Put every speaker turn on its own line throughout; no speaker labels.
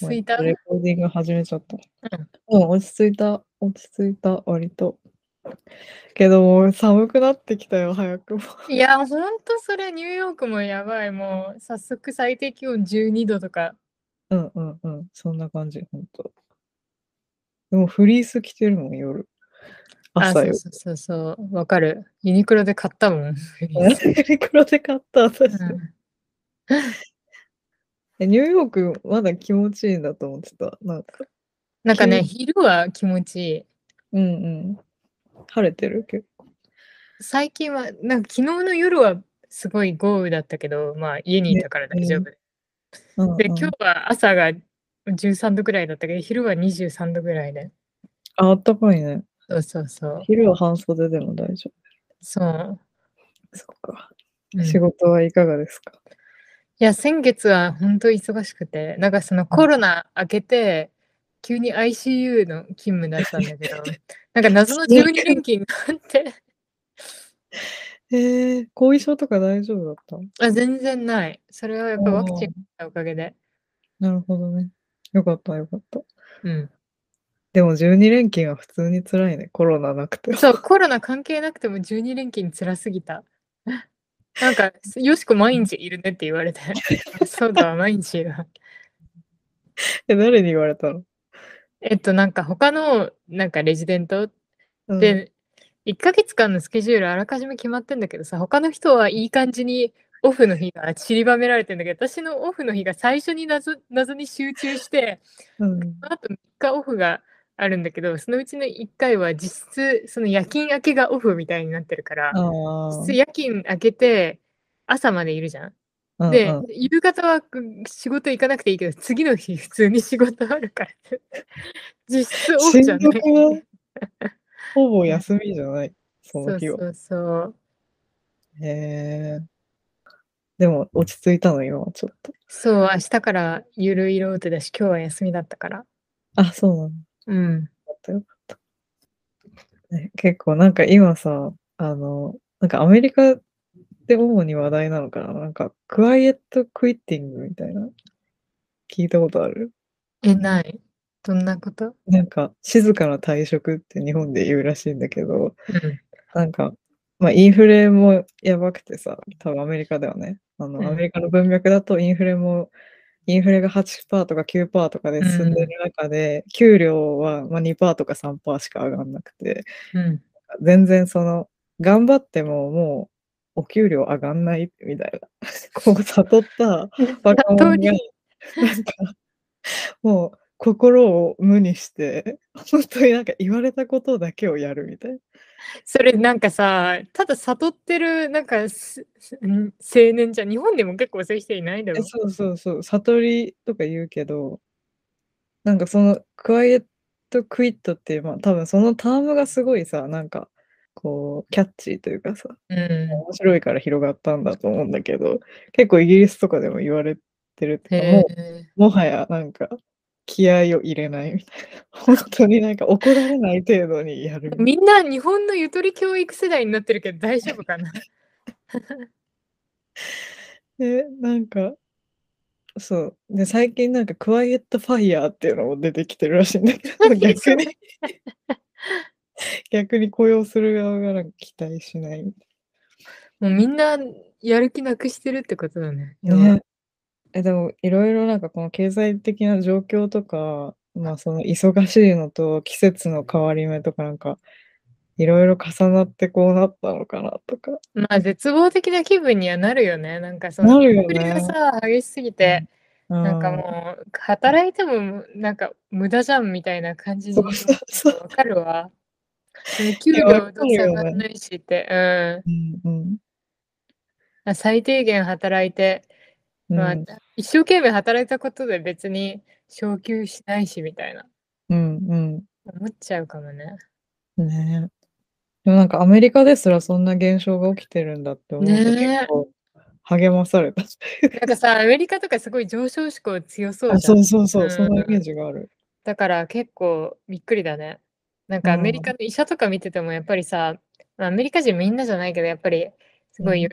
着いた、
レコーディング始めちゃった。
うん
うん、落ち着いた、落ち着いた、割と。けどもう寒くなってきたよ、早くも。
いや、ほんとそれ、ニューヨークもやばい。もう、早速最低気温12度とか。
うんうんうん、そんな感じ、ほんと。でもフリース着てるもん、夜。
あ、そ
朝
う
よ。
そうそうそう、わかる。ユニクロで買ったもん。
ユニクロで買った、私。
うん
えニューヨーク、まだ気持ちいいんだと思ってた。なんか。
なんかね、
急
昼は気持ちいい。
うんうん。晴れてる結構。
最近は、なんか昨日の夜はすごい豪雨だったけど、まあ家にいたから大丈夫。
うんうん
で、今日は朝が13度ぐらいだったけど、昼は23度ぐらいで。
あ、あったかいね。
そうそうそう。
昼は半袖でも大丈
そう。
夫。そっか。
うん
仕事はいかがですか
いや、先月は本当忙しくて、なんかそのコロナ明けて、急に ICU の勤務だったんだ けど、なんか謎の12連勤があって、
えー、後遺症とか大丈夫だった
あ、全然ない。それはやっぱワクチンのおかげで。
なるほどね。よかった、よかった。
うん。
でも12連勤は普通に辛いね。コロナなくて も。
そう、コロナ関係なくても12連勤辛すぎた。なんか、よしこ毎日いるねって言われて、そうだわ、毎日いるわ。
え、誰に言われたの、
えっと、なんか他の、なんかレジデント
うん、
で、1ヶ月間のスケジュールあらかじめ決まってんだけどさ、他の人はいい感じにオフの日が散りばめられてんだけど、私のオフの日が最初に謎謎に集中して、
うん。
その後3日オフがあるんだけど、そのうちの1回は実質、その夜勤明けがオフみたいになってるから、
あ
実
ー
質夜勤明けて朝までいるじゃん。
うん
で、
うん
夕方はうん仕事行かなくていいけど、次の日普通に仕事あるから って。実質オフじゃない
しんど。くないほぼ休みじゃ ない、そ
そ
の
う
日は。
そうそう。
へえ。でも落ち着いたの、今はちょっと。
そう、明日からゆるいローテだし、今日は休みだったから。
あ、そうなんだ。
うん。
よかったよかった。ね、結構なんか今さ、あの、なんかアメリカで主に話題なのかななんか、クワイエットクイッティングみたいな。聞いたことある
え、ない。どんなこと
なんか、静かな退職って日本で言うらしいんだけど、なんか、まあ、インフレもやばくてさ、多分アメリカではね、あ
うん
の、アメリカの文脈だとインフレも、インフレが8%とか9%とかで進んでる中で、給料はまあ2%とか3%しか上がんなくて、
うん。うん。
全然その頑張ってももうお給料上がんないみたいな こう悟った若者が
悟り
なんかもう心を無にして本当になんか言われたことだけをやるみたいな
それなんかさ、ただ悟ってる、なんかす、すん青年じゃん、日本でも結構そういう人いないだ
え
ろ。
そうそうそう悟りとか言うけどなんかそのクワイエットクイットっていうまあ多分そのタームがすごいさなんかこうキャッチーというかさ
う
面白いから広がったんだと思うんだけど結構イギリスとかでも言われてる
ん。
ってか
へ
も
え。
うもはやなんか気合を入れないみたいな本当になんか怒られない程度にやるみたい
みんな日本のゆとり教育世代になってるけど大丈夫かな
でなんかそうで最近なんかクワイエットファイヤーっていうのも出てきてるらしいんだけど
何 そ
逆
れ
に 逆に雇用する側がなんか期待しないみた
もうみんなやる気なくしてるってことだね。
いな、えでもいろいろなんかこの経済的な状況とか、まあその忙しいのと季節の変わり目とかなんかいろいろ重なってこうなったのかなとか。
まあ絶望的な気分にはなるよね。なんかその、
なるよ
りが
ね。
さ、激しすぎて。なんか
うん
もう働いてもなんか無駄じゃんみたいな感じに
そうそうそう
わかるわ。で給
いや
料
わか
どう
る
せ上
よね
がんないしって、う
うんうん
んあ。最低限働いて、
うん
まあ、一生懸命働いたことで別に昇給しないしみたいな
うん
思っちゃうかもね。
うんねでもなんかアメリカですらそんな現象が起きてるんだって思うと
ねえ
結構励まされた。
なんかさ、アメリカとかすごい上昇志向強そう
あ
じゃ
そ
ん。
うそうそう、そんなイ
うん
メージがある。
だから結構びっくりだね。なんかアメリカの医者とか見ててもやっぱりさ、まあアメリカ人みんなじゃないけどやっぱりすごい
うん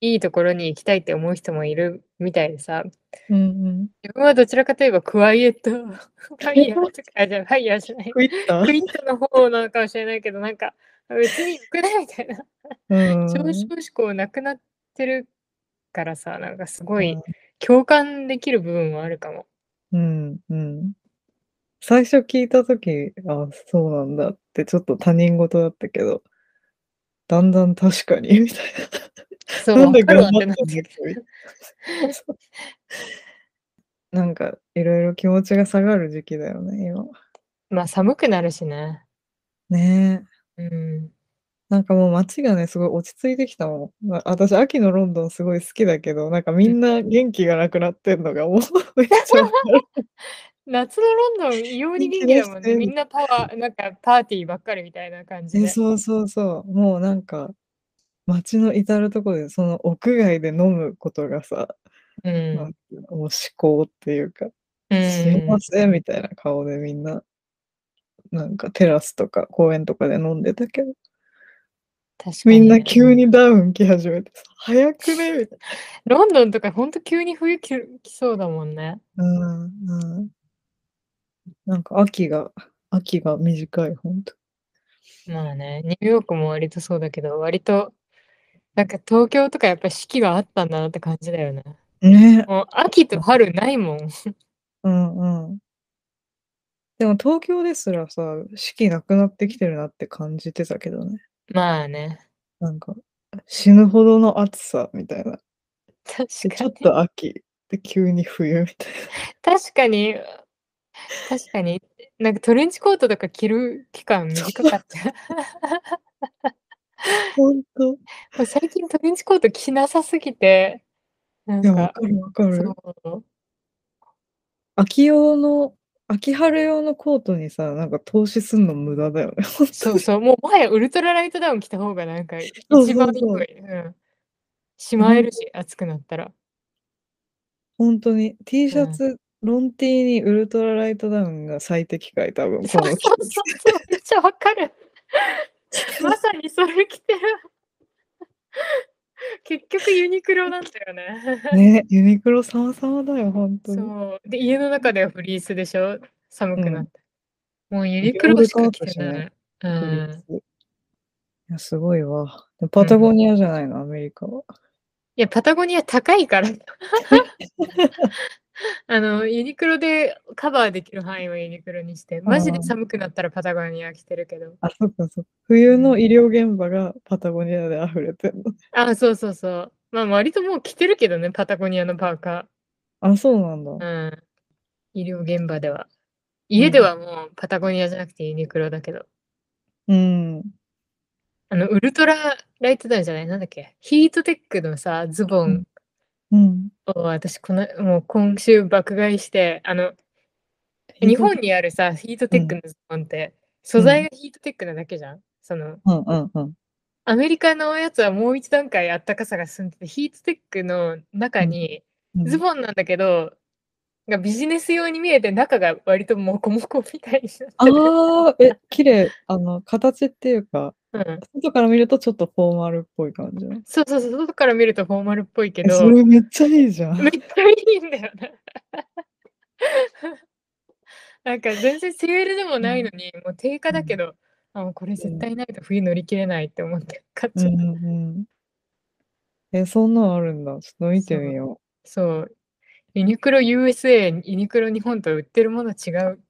いいところに行きたいって思う人もいるみたいでさ、
う んうん。
自分はどちらかといえばクワイエ ット、ファイヤーとか、あじゃあファイヤーじゃない、
クイッタ
ク
ー
イットの方なのかもしれないけど、なんか、別によくないみたいな。
うん。
少子思考なくなってるからさ、なんかすご
う
い
ん
共感できる部分はあるかも。
うんうん。最初聞いたとき、あ、そうなんだってちょっと他人事だったけど、だんだん確かに、みたい
そ
な。
う、
なんで
わかるわ
頑
っ
張
て
ったん
なっ
だってけみたいな。なんか、いろいろ気持ちが下がる時期だよね、今。
まあ寒くなるしね。
ねえ。
うん。
なんかもう街がね、すごい落ち着いてきたもん。な私、秋のロンドンすごい好きだけど、なんかみんな元気がなくなってんのが、 もうめっちゃわかる。
夏のロンドン、異様に元気だもんね。みんなパワー、なんかパーティーばっかりみたいな感じ
え、
で。
そうそうそう。もうなんか、街の至るところで、その屋外で飲むことがさ、
う
なん
ん。
ていうの、もう思考っていうか、
う
すいま
ん。
せんみたいな顔でみんな、なんかテラスとか公園とかで飲んでたけど、
確か
み
に、
んな
ね。
急にダウン来始めてさ、早くねみたい
ロンドンとか本当急に冬き来そうだもんね。
な。うんうん。なんか秋が、秋が短い、ほんと。
まあね、ニューヨークも割とそうだけど、割と、なんか東京とかやっぱ四季があったんだなって感じだよね。
ね。
もう秋と春ないもん。
うんうん。でも東京ですらさ、四季なくなってきてるなって感じてたけどね。
まあね、
なんか、死ぬほどの暑さみたいな。
確
で、ち
か
ょっ
に。
と秋。で、急に冬みたいな。
確かに、確かに、なんかトレンチコートとか着る期間短かった。も
ほんと。
う最近トレンチコート着なさすぎて、なん
いや、わ
か、
かるわかる。
そう、
秋用の、秋春用のコートにさ、なんか投資すんの無駄だよね。 ほんと
そう
に。
そう、もうもはやウルトラライトダウン着た方がなんか
そう
一
そ
番
う
いい
そ
ぐ
う。
らい。うん。しまえるし、暑くなったら。
本当に T
う
シャ
ん。
ツ、ロン T にウルトラライトダウンが最適解、多分
そ
こ
うそう
の季
そ
節。
うそう、めっちゃわか る。まさにそれ着てる。結局ユニクロなんだよね。
ね、ユニクロ様々だよ、本当に。
そう。で、家の中ではフリースでしょ寒
う
くなっ
ん。
て。もうユニク
秒
ロ
で
し
変
か
わっ
着
た
て
しね、
ない。う
フリー
ん。
ス。いや、すごいわ。で
う
パタゴ
ん。
ニアじゃないの、アメリカは。
いや、パタゴニア高い から。あの、ユニクロでカバーできる範囲はユニクロにして、
あ
マジで
ー
寒くなったらパタゴニア着てるけど。
あ、そっかそっか。
う
冬の
ん。
医療現場がパタゴニアで溢れてるの。
あ、そうそうそう。まあ、割ともう着てるけどね、パタゴニアのパーカ
あ、そうなんだ。
ー。うん。医療現場では。
う
家で
ん。
はもうパタゴニアじゃなくてユニクロだけど。
うん。
あの、ウルトラライトダウンじゃない、なんだっけ、ヒートテックのさ、ズボ
うん。
ン
うん
を私、この、もう今週爆買いして、あの、
ヒー
日
トテ
本にあるさ、ヒート
う
テック
ん。
のズボンって、
う
素材
ん。
がヒートテックなだけじゃんその、
うんうんうん。
アメリカのやつはもう一段階あったかさが進んでて、ヒートテックの中
うん。
に、
う
ズ
ん。
ボンなんだけど、がビジネス用に見えて中が割とモコモコみたいになってる。
ああ、え、綺麗。あの、形っていうか、
うん。
外から見るとちょっとフォーマルっぽい感じの。
そうそうそう、外から見るとフォーマルっぽいけ
え、そ
ど、
れめっちゃいいじゃん。
めっちゃいいんだよね。 なんか全然セールでも
う
ないの
ん
に、もう定価
う
だけ
ん
ど、あ、もうこれ
う
絶
ん
対ないと冬乗り切れないって思って買っ
う
ちゃっ
ん
た。
うんえ、そんなのあるんだ。ちょっと見て
そ
み
う、
よ
そう。ユニクロ USA、ユニクロ日本と売ってるもの違う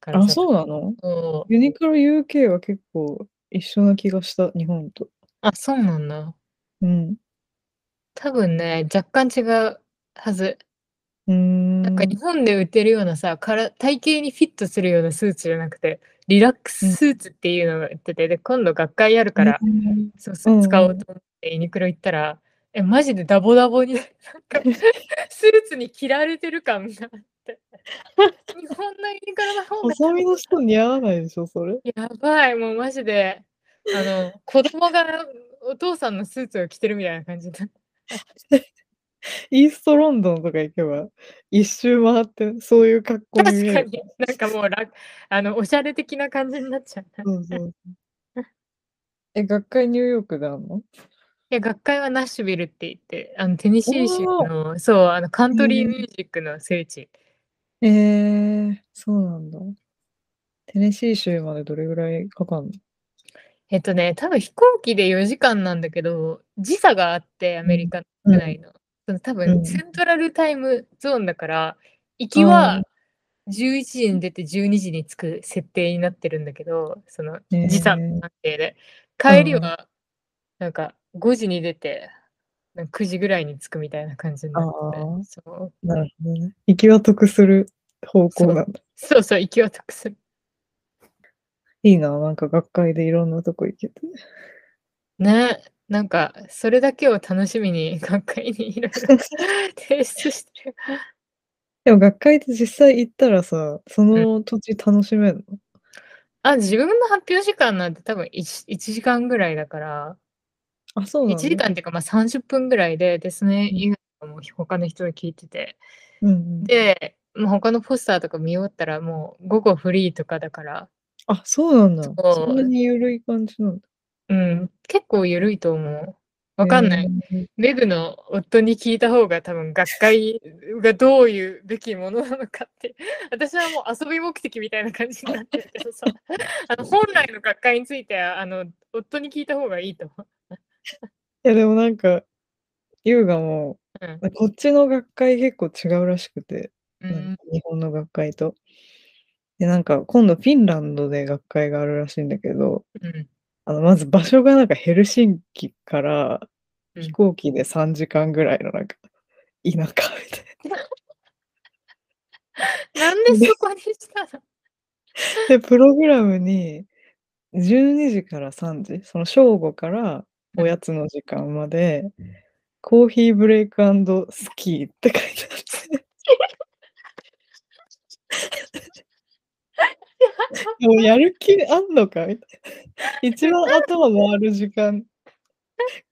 か
う。
ら
あ、
さ、
そうなの
そう。
ユニクロ UK は結構一緒な気がした、日本と。
あ、そうなんだ。
うん。
多分ね、若干違うはず。
うー
なんか日
ん。
本で売ってるようなさ、から体型にフィットするようなスーツじゃなくて、リラック
う
ス
ん。
スーツっていうのが売ってて、で、今度学会やる
う
から、
ん。。
そうそうう、使おうんと思ってユニクロ行ったら、え、マジでダボダボに、なん かスーツに着られてる感があって、日本のユニクロの方が
細
ダ
身
ボ
の人似合わないでしょ、それ。
やばい、もうマジで、あの、子供がお父さんのスーツを着てるみたいな感じで。
イーストロンドンとか行けば、一周回って、そういう格好に
確
見え
か
るか
に、
も。
なんかもう楽、あの、おしゃれ的な感じになっちゃうな。
そうそう。え、学会ニューヨークであんの
や、学会はナッシュビルって言って、あのテネシー州の、そう、あのカントリーミュージックの聖地。
えー、そうなんだ。テネシー州までどれぐらいかかんの
えっとね、多分飛行機で4時間なんだけど、時差があって、アメリカ
うん
国内の。その多
うん
分、セントラルタイムゾーンだから、行きは
あ
11時に出て12時に着く設定になってるんだけど、その
へー
時差の関係で。
うん
帰りは、なんか5時に出て、なんか9時ぐらいに着くみたいな感じになって
あー
て、そう
なるほどね。行きは得する方向なんだ。
そうそう、行きは得する。
いいな、なんか学会でいろんなとこ行けて。
ね、なんか、それだけを楽しみに学会にいろいろ提出してる。
でも学会って実際行ったらさ、その土地楽しめるの、
あ、自分の発表時間なんて多分 1, 一時間ぐらいだから、
あ、そうなん
1
だ。
時間っていうかまあ30分ぐらいでですね、
うん
以外はもう他の人が聞いてて。
うんうん。
で、もう他のポスターとか見終わったらもう午後フリーとかだから、
あ、そうなんだ。
う
そんなに緩い感じなんだ。
うん、結構緩いと思う。わかんない。
へー
メグの夫に聞いた方が多分学会がどういうべきものなのかって 私はもう遊び目的みたいな感じになってるけど さあの本来の学会についてはあの夫に聞いた方がいいと思う。
いや、でもなんか、優がも
うん
う、こっちの学会結構違うらしくて、
う
なん
ん
か日本の学会と。で、なんか、今度フィンランドで学会があるらしいんだけど、
うん
あの、まず場所がなんかヘルシンキから
うん
飛行機で3時間ぐらいのなんか、田舎みたい
なんでそこにしたの
な。で、プログラムに12時から3時、その正午からおやつの時間まで、コーヒーブレイクスキーって書いてあって。 もうやる気あんのかみたいな。一番頭回る時間。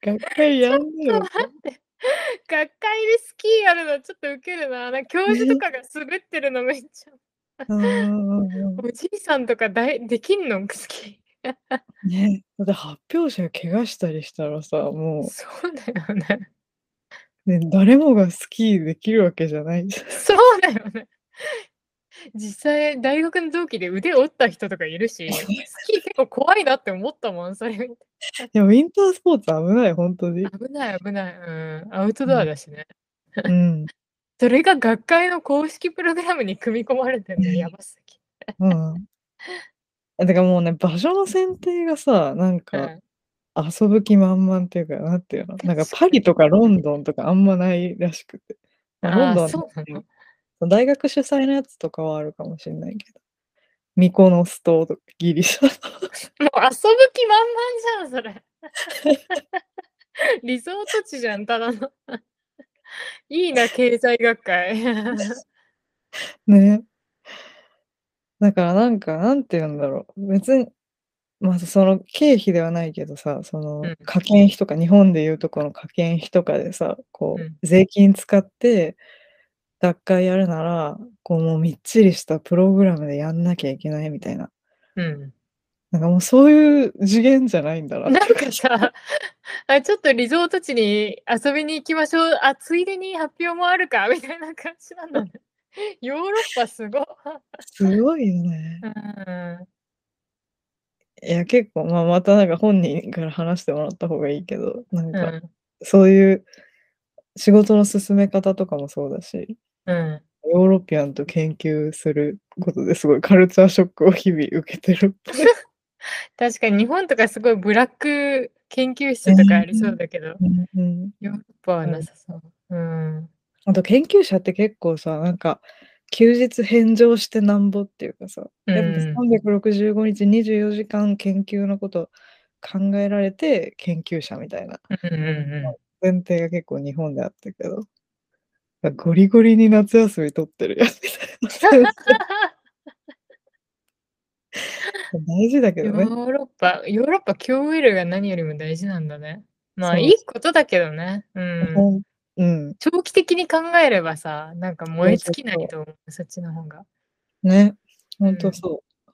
学会やんね
ちょ
よ
っと。待って学会でスキーやるのちょっとウケるな。なんか教授とかが滑ってるのめっちゃ。
うんうんうん
おじいさんとかだいできんのスキ
ね、だって発表者が怪我したりしたらさ、
ー。
も
そうだよね。
う、ね、誰もがスキーできるわけじゃないじゃん。
そうだよね。実際、大学の同期で腕折った人とかいるし、スキー結構怖いなって思ったもん、それ見て。
でも、ウィンタースポーツ危ない、本当に。
危ない、危ない。うん。アウトドアだしね。
うん。
それが学会の公式プログラムに組み込まれてるの、
ね
やばすぎ。
うん。だからもうね、場所の選定がさ、なん
う
か
ん、
遊ぶ気満々っていうか、なんていうの、なんか
確か
パ
に
リとかロンドンとかあんまないらしくて。まあロ
ああ、
ンドン
そうなの
の大学主催のやつとかはあるかもしれないけど。ミコノス島とかギリシャとか。
もう遊ぶ気満々じゃん、それ。 リゾート地じゃん、ただの。いいな、経済学会。
ね。だからなんか、なんて言うんだろう。別に、まあその経費ではないけどさ、その
うん
科研費とか、日本でいうとこの科研費とかでさ、こ
うん
う、税金使って学会やるなら、こうもうみっちりしたプログラムでやんなきゃいけないみたいな。
うん。
なんかもうそういう次元じゃないんだなっ
な
て
んかさ、あちょっとリゾート地に遊びに行きましょう。あ、ついでに発表もあるかみたいな感じなんだね。ヨーロッパすごっ。
すごいよね
う。ん。
いや結構、まあまたなんか本人から話してもらった方がいいけど、なん
う
か
ん。
そういう仕事の進め方とかもそうだし、
うん。
ヨーロピアンと研究することですごいカルチャーショックを日々受けてるっぽい。
確かに日本とかすごいブラック研究室とかありそうだけど、
うん
ヨーロッパは
う
なんさそう。うん。
あと研究者って結構さ、なんか休日返上してなんぼっていうかさ、
うん
やっぱ365日24時間研究のこと考えられて研究者みたいな
うんうんうん。
前提が結構日本であったけど、ゴリゴリに夏休み取ってるやつみ たいな。大事だけ
ヨ
どね。
ーロッパ、ヨーロッパ教育が何よりも大事なんだね。ま
そ
あ
う
いいことだけどね。うん。
ほんうん、
長期的に考えればさ、なんか燃え
そう
尽
そう
きないと思う、そっちの方が。
ね、ほんと
うん
そう。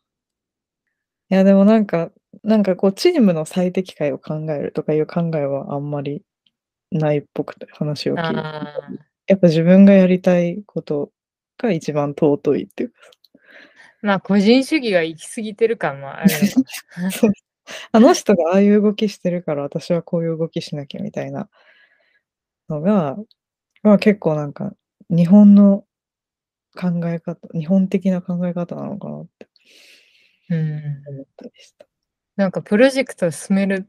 いや、でもなんか、なんかこう、チームの最適解を考えるとかいう考えはあんまりないっぽくて、話を聞いて。
あー
やっぱ自分がやりたいことが一番尊いっていうか
まあ、個人主義が行き過ぎてる感も あるのかな
あの人がああいう動きしてるから私はこういう動きしなきゃみたいなのが、まあ、結構なんか日本の考え方、日本的な考え方なのかなって
うん。
思ったりした。
なんかプロジェクトを進める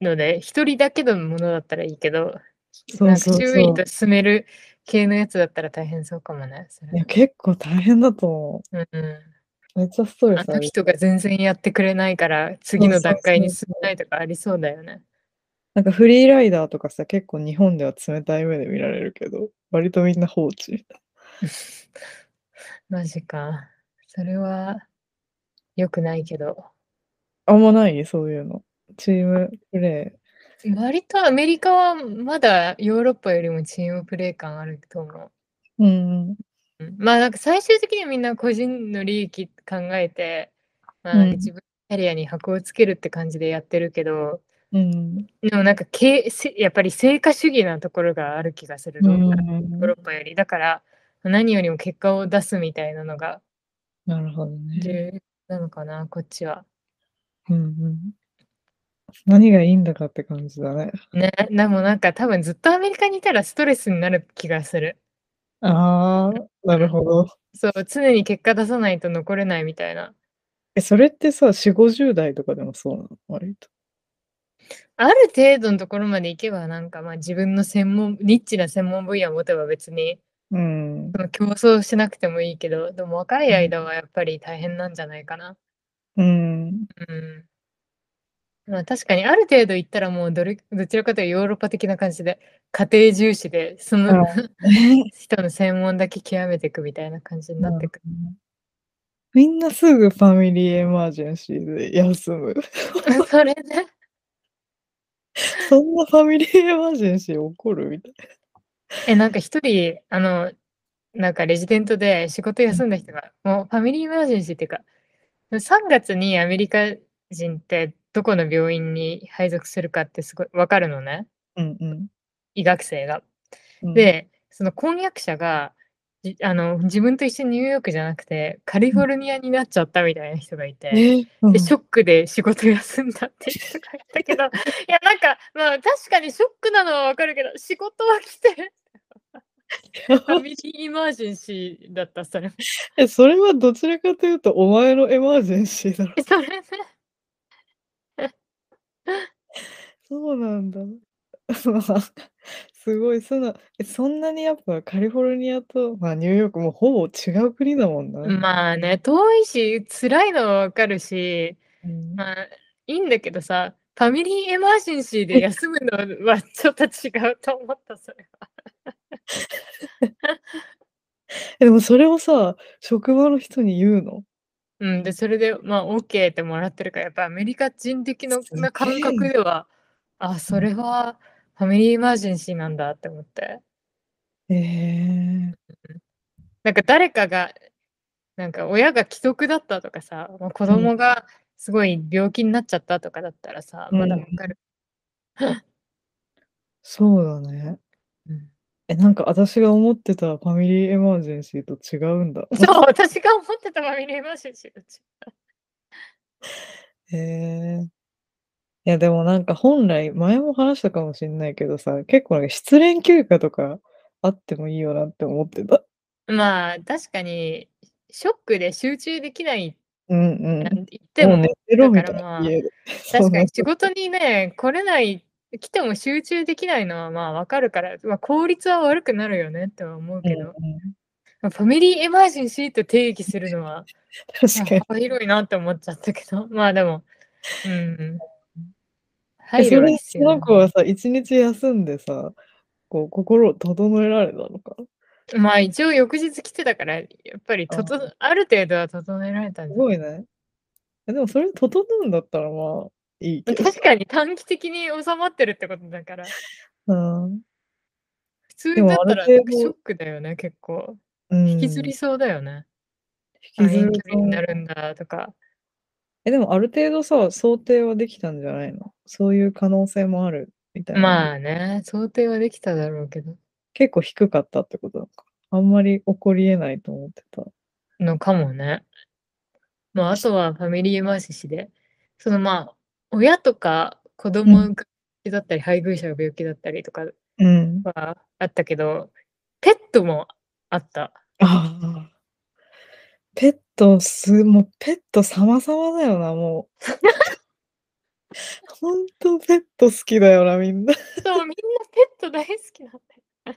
ので、一人だけのものだったらいいけど、
そうそう
なんか
そ
周囲
う。
と進める系のやつだったら大変そうかもね。それ
いや結構大変だと思
うん、
う。めっちゃストレ
あ
スあ
の
る。
人が全然やってくれないから、次の段階に進めないとかありそうだよね。
なんかフリーライダーとかさ、結構日本では冷たい目で見られるけど、割とみんな放置みたい
マジか。それは良くないけど。
な。あんまないそういうの。チームプレイ。
割とアメリカはまだヨーロッパよりもチームプレー感あると思う。
うんうん。
うんまあなんか最終的にはみんな個人の利益考えて、まあ、
うん
自分のキャリアに箔をつけるって感じでやってるけど、
うん。
でもなんかけせやっぱり成果主義なところがある気がする、
う
ヨー
ん
ロッパより。だから何よりも結果を出すみたいなのが
なるほどね。
重要なのかな、こっちは。
うんうん、何がいいんだかって感じだね。
ね、でもなんか多分ずっとアメリカにいたらストレスになる気がする。
ああ、なるほど。
そう、常に結果出さないと残れないみたいな。
え、それってさ、4、50代とかでもそうなの割と。
ある程度のところまで行けば、なんかまあ自分の専門、ニッチな専門分野を持てば別に
うん。
その競争しなくてもいいけど、でも若
う
い
ん
間はやっぱり大変なんじゃないかな。
うん。
うん。まあ確かにある程度行ったらもうどれ、どちらかというとヨーロッパ的な感じで、家庭重視で、その 人の専門だけ極めていくみたいな感じになってくる。
みんなすぐファミリーエマージェンシーで休む。
それね、
そんなファミリーエマージェンシー起こるみたい
え、なんか一人、あの、なんかレジデントで仕事休んだ人が、もうファミリーエマージェンシーっていうか、3月にアメリカ人ってどこの病院に配属するかってすごい分かるのね、
な。うんうん
医学生が。
うん。、
で、その婚約者が、じあの自分と一緒にニューヨークじゃなくてカリフォルニアになっちゃったみたいな人がいて、
えうん
でショックで仕事休んだっていう人がいたけどい やなんかまあ確かにショックなのはわかるけど仕事は来てファミリーエマージェンシーだったそれも
え、それはどちらかというと、お前のエマージェンシーだろ。
それね
そうなんだ。 すごい、その、えそんなにやっぱカリフォルニアと、まあ、ニューヨークもほぼ違う国だもんな。
まあね遠いし辛いのはわかるし
うん
まあいいんだけどさファミリーエマージェンシーで休むのはちょっと違うと思ったそれは。
えでもそれをさ、職場の人に言うの。
うん、でそれでまあ OK ってもらってるからやっぱアメリカ人的の
すげえ
な感覚ではあそれはファミリーエマージェンシーなんだって思って
ええ
なんか誰かがなんか親が既得だったとかさもう子
うん
供がすごい病気になっちゃったとかだったらさ、まだわかる、
そうだね。
うん
え、なんか私が思ってたファミリーエマージェンシーと違うんだ。
そう私が思ってたファミリーエマージェンシーと違
へえいやでもなんか本来、前も話したかもしんないけどさ、結構なんか失恋休暇とかあってもいいよなって思ってた。
うまあ確かにショックで集中できない
うんうん
な。んて言っても
う寝てろみ
だ
た
か
い
ら
な
まあ
家で。 そ
確か
うなん
に仕事にね、来れない、来ても集中できないのはまあわかるから、まあ、効率は悪くなるよねっては思うけど、
うん うん
まあファミリーエマージェンシーと定義するのは、
確かに。
幅広いなって思っちゃったけど、 まあでも、うんうん。
え
配
そ
慮は
れ、
必
そ
要
の
だ
子はさ、一日休んでさ、こう、心を整えられたのか。
なまあ一応翌日来てたから、やっぱりとと
う
ある程度は整えられたんじ
す
ゃない
ごいね。えでも、それ整うんだったら、まあ、いいけど。
確かに短期的に収まってるってことだから、
うん。
普通に
でも
だったらな
ある
ん
程
か
度
ショックだよね、結構。
うん
引きずりそうだよね。
引き
あ
ず
遠
り
距
そう
離になるんだとか。
え、でもある程度さ、想定はできたんじゃないのそういう可能性もあるみたいな。
まあね、想定はできただろうけど、
結構低かったってことなのか。あんまり起こり得ないと思ってた。
のかもね。まあ、あとはファミリー回ししで、そのまあ、親とか子供が病気だったり、配偶者が病気だったりとか
うん。
はあったけど、ペットもあった。
ああ。ペットす、もうペット様々だよな、もう。 ほんとペット好きだよな、みんな。
そう、みんなペット大好きなんだよ。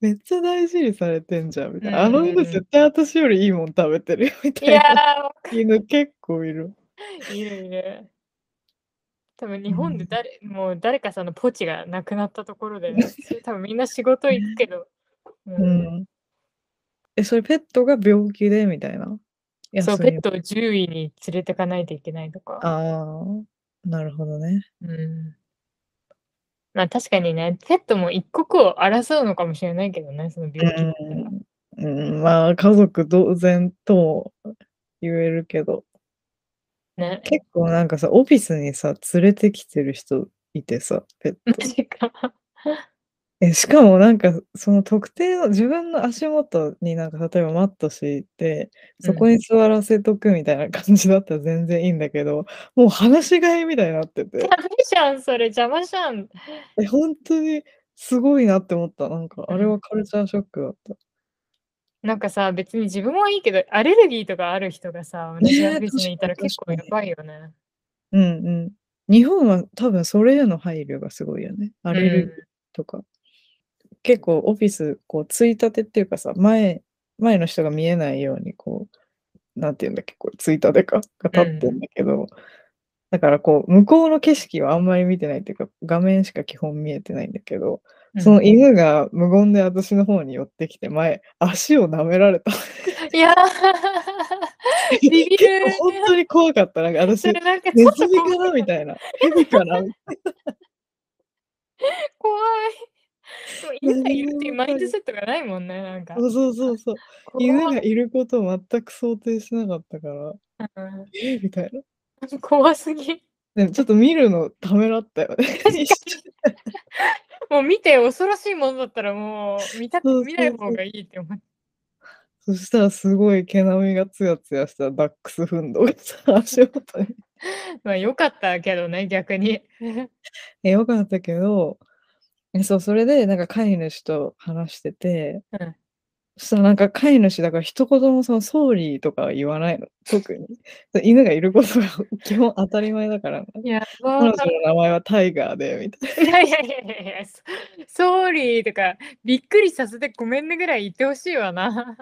めっちゃ大事にされてんじゃん、みたいな。あ
うんうん
の
うん
犬絶対私よりいいもん食べてるよ、み た
い
い
や
な。
ー、わか
犬結構いる。
るいるいる。多分日本で誰、もう誰かさんのポチがなくなったところで、多分みんな仕事行くけど、う
うんん。え、それペットが病気で、みたいな。
そう、
休
ペ
み
ットを獣医に連れてかないといけないとか。
ああ、なるほどね。
うん。まあ確かにね、ペットも一刻を争うのかもしれないけどね、その病気だったら。
うん、うんまあ、家族同然とも言えるけど、
ね。
結構なんかさ、オフィスにさ、連れてきてる人いてさ、ペッ
マ
ト。
ジか。
え、しかもなんか、その特定の自分の足元になんか、例えばマット敷いて、そこに座らせとくみたいな感じだったら全然いいんだけど、もう話し飼いみたいになってて、
ダメじゃん、それ邪魔じゃん。
え、本当にすごいなって思った。なんか、あれ
うん
はカルチャーショックだった。
なんかさ、別に自分はいいけど、アレルギーとかある人がさ、同じ
ねえ
アフィスにいたら
確かに
結構やばいよね。
うんうん。日本は多分それへの配慮がすごいよね。アレルギーとか。結構オフィス、こう、ついたてっていうかさ、前、前の人が見えないように、こう、なんていうんだっけ、こう、ついたてか、が立ってんだけど、だからこう、向こうの景色はあんまり見てないっていうか、画面しか基本見えてないんだけど、
うん
その犬が無言で私の方に寄ってきて、前、足を舐められた。
い やー、ビビる
結構本当に怖かった。なんか私、
そ
ネ
れなん かちょっ
ズ
と
ミ
怖
か
い
なみた いな。蛇かなみたいな
怖い。でも犬がいるっていうマ
何
イ
にも
ンドセットがないもんね、なんか。
そうそうそうそう。
怖い
犬がいることを全く想定しなかったから、
うん
えみたいな。
怖すぎ。
ね、ちょっと見るのためらったよね。
もう見て恐ろしいものだったらもう見た
そうそう
く見ない方がいいって思って。
そしたらすごい毛並みがツヤツヤしたダックスフンドがさ、足元に。
まあよかったけどね、逆 に。
え、よかったけど、えそう、それでなんか飼い主と話してて、
うん
そしたらなんか飼い主だから一言もそのソーリーとかは言わないの、特に。犬がいることが 基本当たり前だから、
や
彼
ば
女の名前はタイガーで、みたい
いやいやいやいやいや、そソーリーとか、びっくりさせてごめんねぐらい言ってほしいわな。
な。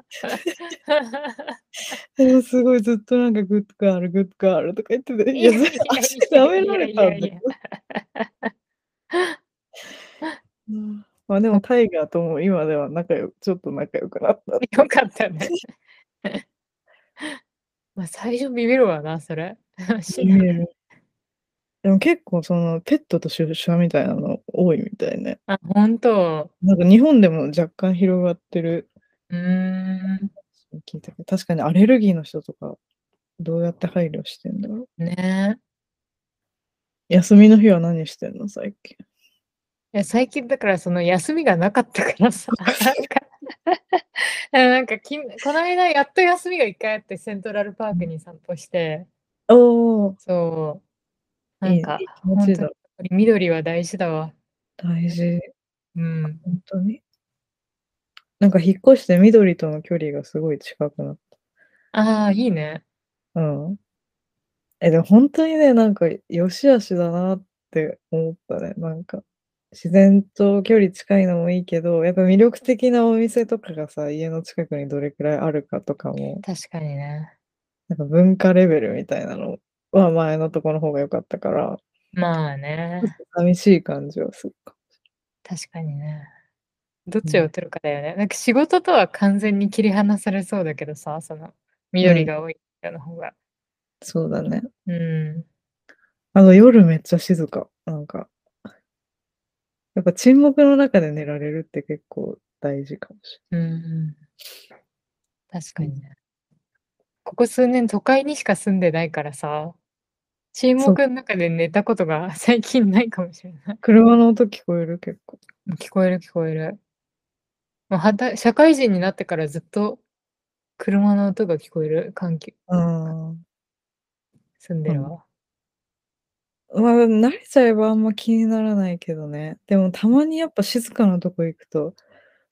でもすごいずっとなんかグッドガール、グッドガールとか言ってて、いや、
いやいやいや
足舐められたんだ
いやいやいや
よ。うんまあでもタイガーとも今では仲良く、ちょっと仲良くなったって。
よかったね。まあ最初ビビるわな、それ。 死ぬ
うんでも結構そのペットと出社みたいなの多いみたいね。
あ、本当。
なんか日本でも若干広がってる
うーん。
聞いたけど、確かにアレルギーの人とかどうやって配慮してんだろう。
ね
休みの日は何してんの最近。
え。いや最近だからその休みがなかったから さ。なんかなんかきんこの間やっと休みが一回あってセントラルパークに散歩して、
おお、
そう。ない
い
ん
ね
か、
いい気持ち
本当
だ
に。緑は大事だわ。
大事。
うん。
本当に。なんか引っ越して緑との距離がすごい近くなっ
ああ、いいね。
た。うん。え、でも本当にね、なんか良し悪しだなって思ったね。なんか自然と距離近いのもいいけど、やっぱ魅力的なお店とかがさ、家の近くにどれくらいあるかとかも、
確かにね。
なんか文化レベルみたいなのは前のとこの方が良かったから、
まあね。
寂しい感じはするか。
確かにね。どっちを取るかだよね。なんか仕事とは完全に切り離されそうだけどさ、その緑が多い人の方が。
そうだね。
うん。
あの夜めっちゃ静か。なんか、やっぱ沈黙の中で寝られるって結構大事かもし
うん。確かにね。ここ数年都会にしか住んでないからさ、沈
そう
黙の中で寝たことが最近ないかもしれない。
車の音聞こえる結構。
聞こえる聞こえる。もうはた社会人になってからずっと車の音が聞こえる環境、
あ
住んでるわ。
あ。まあ、慣れちゃえばあんま気にならないけどね。でもたまにやっぱ静かなとこ行くと、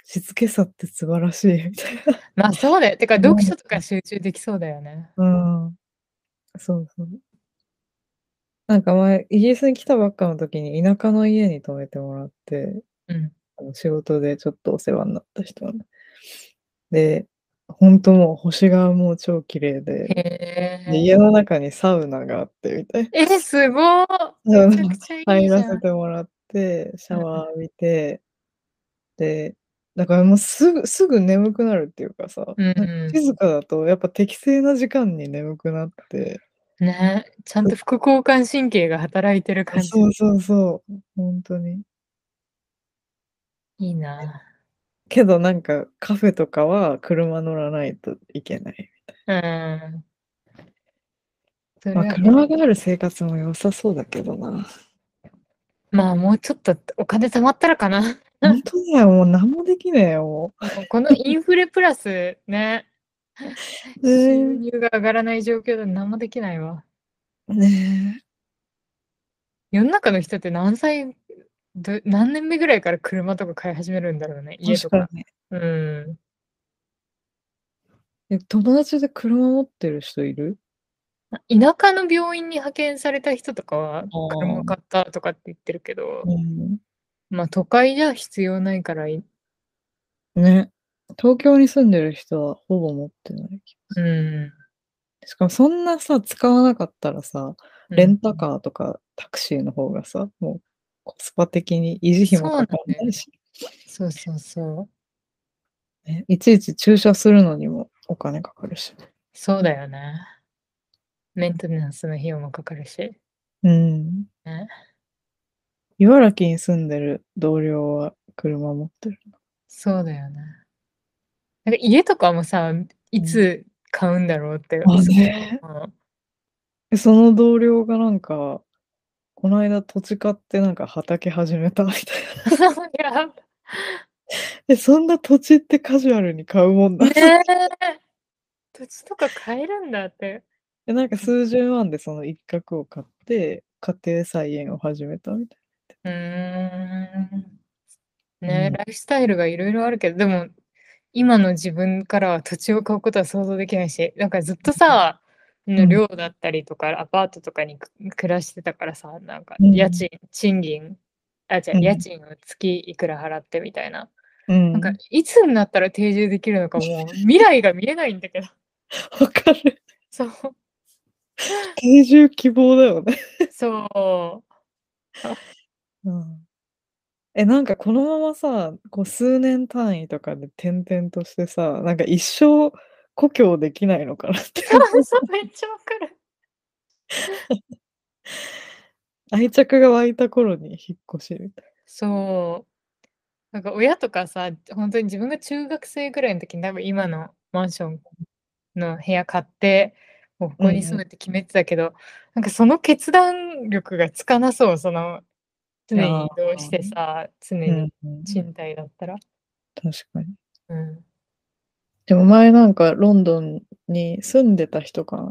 静けさって素晴らしいみたいな。
まあそうだよ。てか
うん
読書とか集中できそうだよね。
うん。そうそう。なんか前、イギリスに来たばっかの時に田舎の家に泊めてもらって、
うん。
あの仕事でちょっとお世話になった人はね。で、ほんともう星がもう超綺麗で、
へ
で
え。
家の中にサウナがあってみたい
え、すごー
な。
めちゃくちゃいい
入
じゃ
らせ
ん。
てもらって、シャワー浴びて、で、だからもうすぐ、すぐ眠くなるっていうかさ、
うん
なんか
うん
静かだとやっぱ適正な時間に眠くなって、
ねちゃんと副交感神経が働いてる感じ。
そうそうそう、本当に。
いいな。
けどなんかカフェとかは車乗らないといけない。
うん。それ
まあ、
は
車がある生活も良さそうだけどな。
まあもうちょっとお金貯まったらかな。も
本当だよ、もう何もできねえよ、も
うこのインフレプラスね、
う。
収
ね
入が上がらない状況で何もできないわ。
えね
世の中の人って何歳、ど何年目ぐらいから車とか買い始めるんだろうね、
え、
家と
確
か。
かに。
うん。
え友達で車持ってる人いる
田舎の病院に派遣された人とかは
ー
車買ったとかって言ってるけど、
うん。
まあ都会じゃ必要ないからい、
ね。東京に住んでる人はほぼ持ってない。
うん。
しかもそんなさ、使わなかったらさ、レンタカーとかタクシーの方がさ、もうコスパ的に維持費もかかんないし。
そうそうそう。
ねいちいち駐車するのにもお金かかるし。
そうだよね。メンテナンスの費用もかかるし。
うん。
ね
茨城に住んでる同僚は車持ってる。
そうだよね。なんか家とかもさ、いつ買うんだろうって。
あね
うん
えその同僚がなんか、この間土地買ってなんか畑始めたみたいな。
やば
え、そんな土地ってカジュアルに買うもんだ。
ねえ。土地とか買えるんだって。
えなんか数十万でその一角を買って、家庭菜園を始めたみたいな。
うーん。ね
うん
ライフスタイルがいろいろあるけど、でも、今の自分からは土地を買うことは想像できないし、なんかずっとさ、
ん
寮だったりとか、アパートとかにく暮らしてたからさ、なんか
うん
家賃、賃金、あ、じゃあ
うん
家賃を月いくら払ってみたいな。
うん。
なんか、いつになったら定住できるのか、もう未来が見えないんだけど。
わかる。
そう、
定住希望だよね。
そう。
うんえ、なんかこのままさ、こう数年単位とかで転々としてさ、なんか一生故郷できないのかな って。
そうめっちゃわかる。
愛着が湧いた頃に引っ越しみたい
そう。なんか親とかさ、本当に自分が中学生ぐらいの時に多分今のマンションの部屋買って、もうここ
うんうん
に住むって決めてたけど、なんかその決断力がつかなそう、その常に
あー
移動してさ、常
な。
に
うん
賃貸だったら。
確かに。
うん。
でも前なんかロンドンに住んでた人かな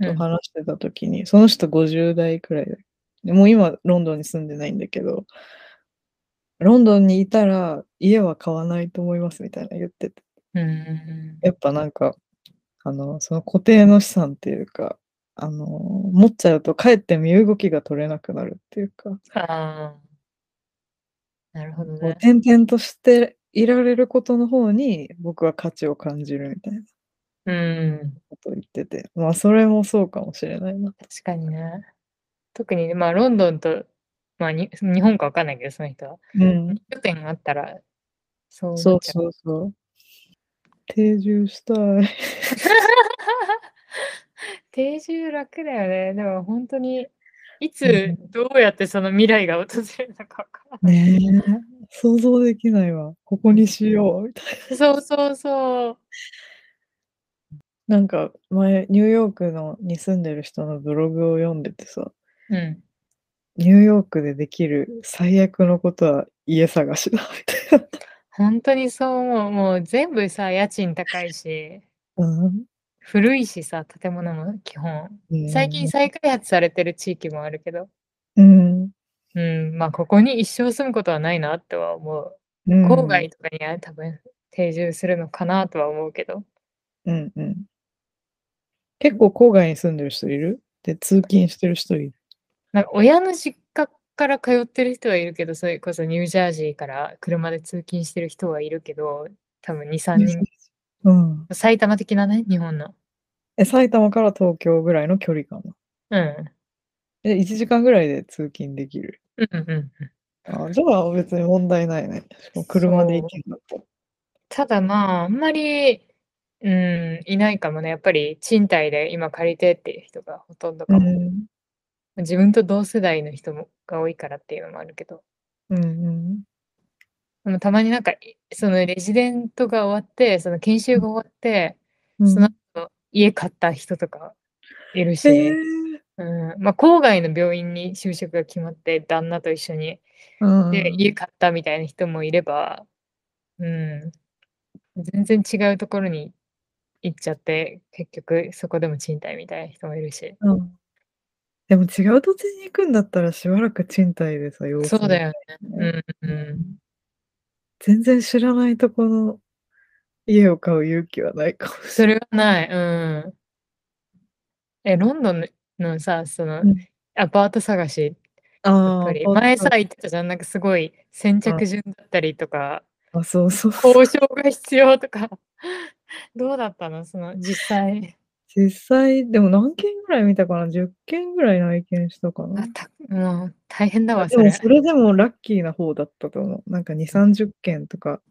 う
と
ん
話してた時に、その人50代くらいで、もう今ロンドンに住んでないんだけど、ロンドンにいたら家は買わないと思いますみたいな言ってて。
うんうん
やっぱなんか、あの、その固定の資産っていうか、あの、持っちゃうとかえって身動きが取れなくなるっていう
う
か、
ん。ああ。なるほど
こう
ね。
転々としていられることの方に僕は価値を感じるみたいな
うん。
ことを言ってて、まあそれもそうかもしれないな。
確かにね。特に、まあ、ロンドンと、まあに、日本かわかんないけど、その人は。
うん。
拠点があったら、そうなっ
そう
ちゃう
そうそう。定住したい。
定住楽だよね。でも本当に、いつ
う
どうやってその未来が訪れるのかわからない。
ねえ。想像できないわ。ここにしよう。みたいな。
そうそうそう。
なんか前、ニューヨークのに住んでる人のブログを読んでてさ、
うん。
ニューヨークでできる最悪のことは家探しだ、みたい
本当にそう思う。もう全部さ、家賃高いし、
な。うん
古いしさ、建物も基本。最近、再開発されてる地域もあるけど、
うん。
うん、まあ、ここに一生住むことはないなとは思う。
うん
郊外とかには多分定住するのかなとは思うけど、
うんうん。結構郊外に住んでる人いるで、通勤してる人いる。
なんか親の実家から通ってる人はいるけど、それこそニュージャージーから車で通勤してる人はいるけど、多分2、3人、
うん。
埼玉的なね、日本の。
え、埼玉から東京ぐらいの距離かな。
うん。
え、1時間ぐらいで通勤できる。
うんうんうん。
あ、じゃあ別に問題ないね。しかも車で行けるんだったら
ただまあ、あんまり、うん、いないかもね。やっぱり賃貸で今借りてっていう人がほとんどか
う
も。
ん。
自分と同世代の人もが多いからっていうのもあるけど。
うんうん。
でもたまになんか、いそのレジデントが終わって、その研修が終わって、
うん
その後家買った人とかいるし、
へえ
うん、まあ郊外の病院に就職が決まって、旦那と一緒に、
うん
で、家買ったみたいな人もいれば、うん、全然違うところに行っちゃって、結局そこでも賃貸みたいな人もいるし。
うんでも違う土地に行くんだったらしばらく賃貸でさ、様子
そうだよ
見
ね。うん、うん。
全然知らないとこの家を買う勇気はないかもしれない。
それはない。うん。え、ロンドンののさ、その
うん、
アパート探し、や
あ
っぱ
あ、
り、
パート
前さ
ナ、ー
言ってたじゃん、なんかすごい先着順だったりとか、
あ、そうそうそう。
交渉が必要とか、どうだったのその、実際。
実際、でも何件ぐらい見たかな ?10 件ぐらい内見したかな
あた、もう、大変だわ、
で
それ。
もそれでもラッキーな方だったと思う。なんか2、30件とか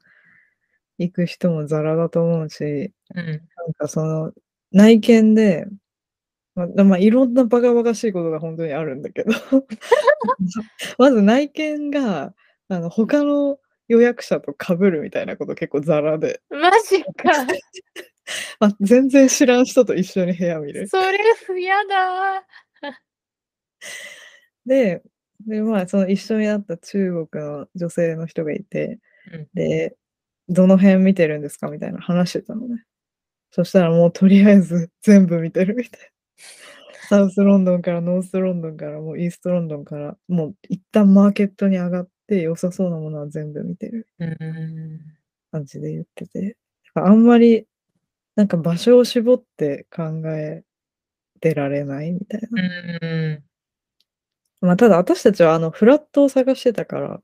行く人もザラだと思うし、
うん。
なんかその内見で、まあ、まあいろんなバカバカしいことが本当にあるんだけ ど、まず内見があの他の予約者と被るみたいなこと結構ザラで、
マジか。
まあ、全然知らん人と一緒に部屋見る。
それ、嫌だ。
で、で、まあ、その一緒になった中国の女性の人がいて、
うん
で、どの辺見てるんですかみたいな話してたのね。そしたらもうとりあえず 全部見てるみ たいな。サウスロンドンからノースロンドンからもうイーストロンドンからもう一旦マーケットに上がって良さそうなものは全部見てる
うん。
感じで言ってて。あんまりなんか場所を絞って考えてられないみたいな。
うん。
まあ、ただ私たちはあのフラットを探してたから、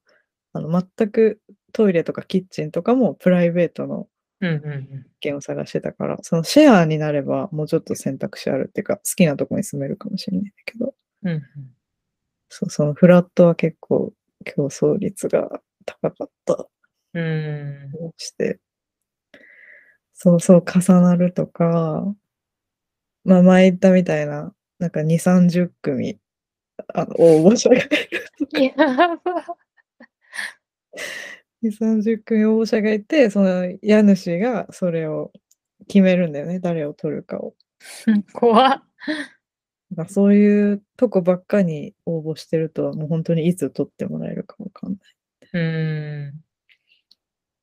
あの全くトイレとかキッチンとかもプライベートの
うん。うん。
物件を探してたから、そのシェアになればもうちょっと選択肢あるっていうか、好きなとこに住めるかもしれないんだけど、
うん。
そうそのフラットは結構競争率が高かった
うん。
りして、そうそう重なるとか、まあ前言ったみたいな、なんか2、30組、あの応募者がいるとか
やば。
で30組応募者がいて、その家主がそれを決めるんだよね、誰を取るかを。
怖っ。
まあ、そういうとこばっかに応募してると、もう本当にいつ取ってもらえるかわかんない。
うーん。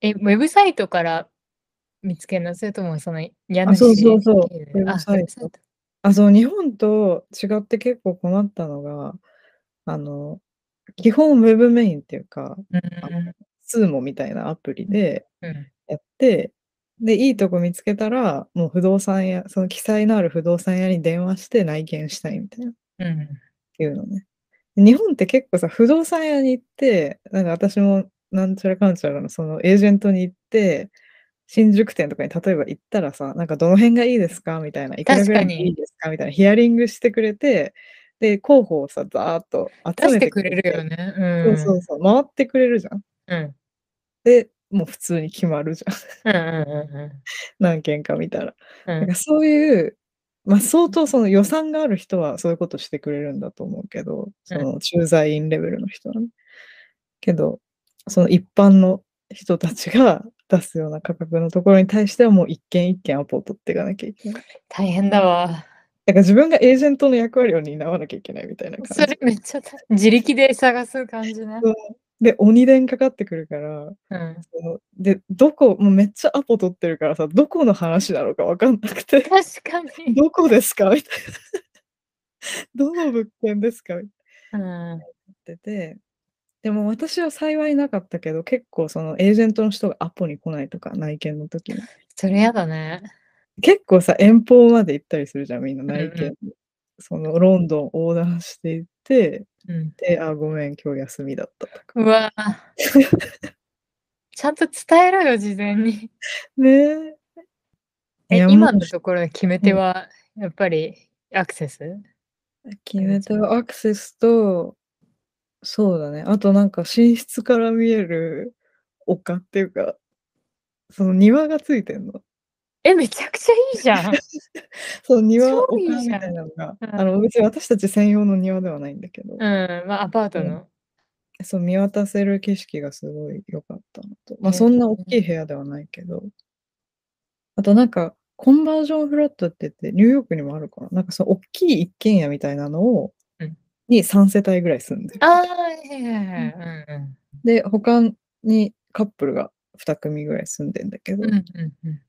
え、ウェブサイトから見つけるのそれともその家主
あそうそうそう
経由
ウェブ
あ
サイト
ウェブ
あ、そう、日本と違って結構困ったのが、あの、基本ウェブメインっていうか、
サイト
スーモみたいなアプリで
うんうん
やって、で、いいとこ見つけたら、もう不動産屋、その記載のある不動産屋に電話して内見したいみたいな。
うん
っていうのね。日本って結構さ、不動産屋に行って、なんか私もなんちゃらかんちゃらのそのエージェントに行って、新宿店とかに例えば行ったらさ、なんかどの辺がいいですかみたいな、いくらぐら
確か
い
に
でいいですかみたいなヒアリングしてくれて、で、候補をさ、ざーっと
出
集
し
め
て
て
くれるよ
ね。
ね。。
そううんそうそう、回ってくれるじゃん。
うん。
で、もう普通に決まるじゃん。
う んうんう
何件か見たら。
んうん
なんかそういう、まあ、相当その予算がある人はそういうことしてくれるんだと思うけど、その駐在員レベルの人はね。けど、その一般の人たちが出すような価格のところに対してはもう一件一件アポを取っていかなきゃいけない。
大変だわ。
だから自分がエージェントの役割を担わなきゃいけないみたいな
そ
感じ
れ。めっちゃ大自力で探す感じね。
で、鬼電かかってくるから、
うん。
そので、どこ、もうめっちゃアポ取ってるからさ、どこの話なのか分かんなくて、
確かに。
どこですかみたいな。 どの物件ですかみたいな。
うん。
っててでも私は幸いなかったけど結構そのエージェントの人がアポに来ないとか内見 の時に
それやだね。
結構さ遠方まで行ったりするじゃんみんな
うんうん
内見、そのロンドン横断していって
うん。
で「あごめん今日休みだった」とか
うわぁ。ちゃんと伝えろよ、事前 に。
ねえ
え
いや
今
も
のところの決め手は、やっぱりアクセス、
う決め手はアクセスとそうだねあとなんか寝室から見える丘っていうかその庭がついてんの
え、めちゃくちゃいいじ ゃん。
そう、庭、
超
丘
いい
みた
じゃん
いなのが、
うん
あの、別に私たち専用の庭ではないんだけど、
うん。まあ、アパートの。
そう、見渡せる景色がすごい良かったのと、
へ
まあ、
え
そんな大きい部屋ではないけど、あとなんか、コンバージョンフラットって言って、ニューヨークにもあるから、なんかその大きい一軒家みたいなのを、
うん
に3世帯ぐらい住んでる。
ああ、はいはいはいはい。うん
で、他にカップルが2組ぐらい住んでんだけど、
うん。うんうんうん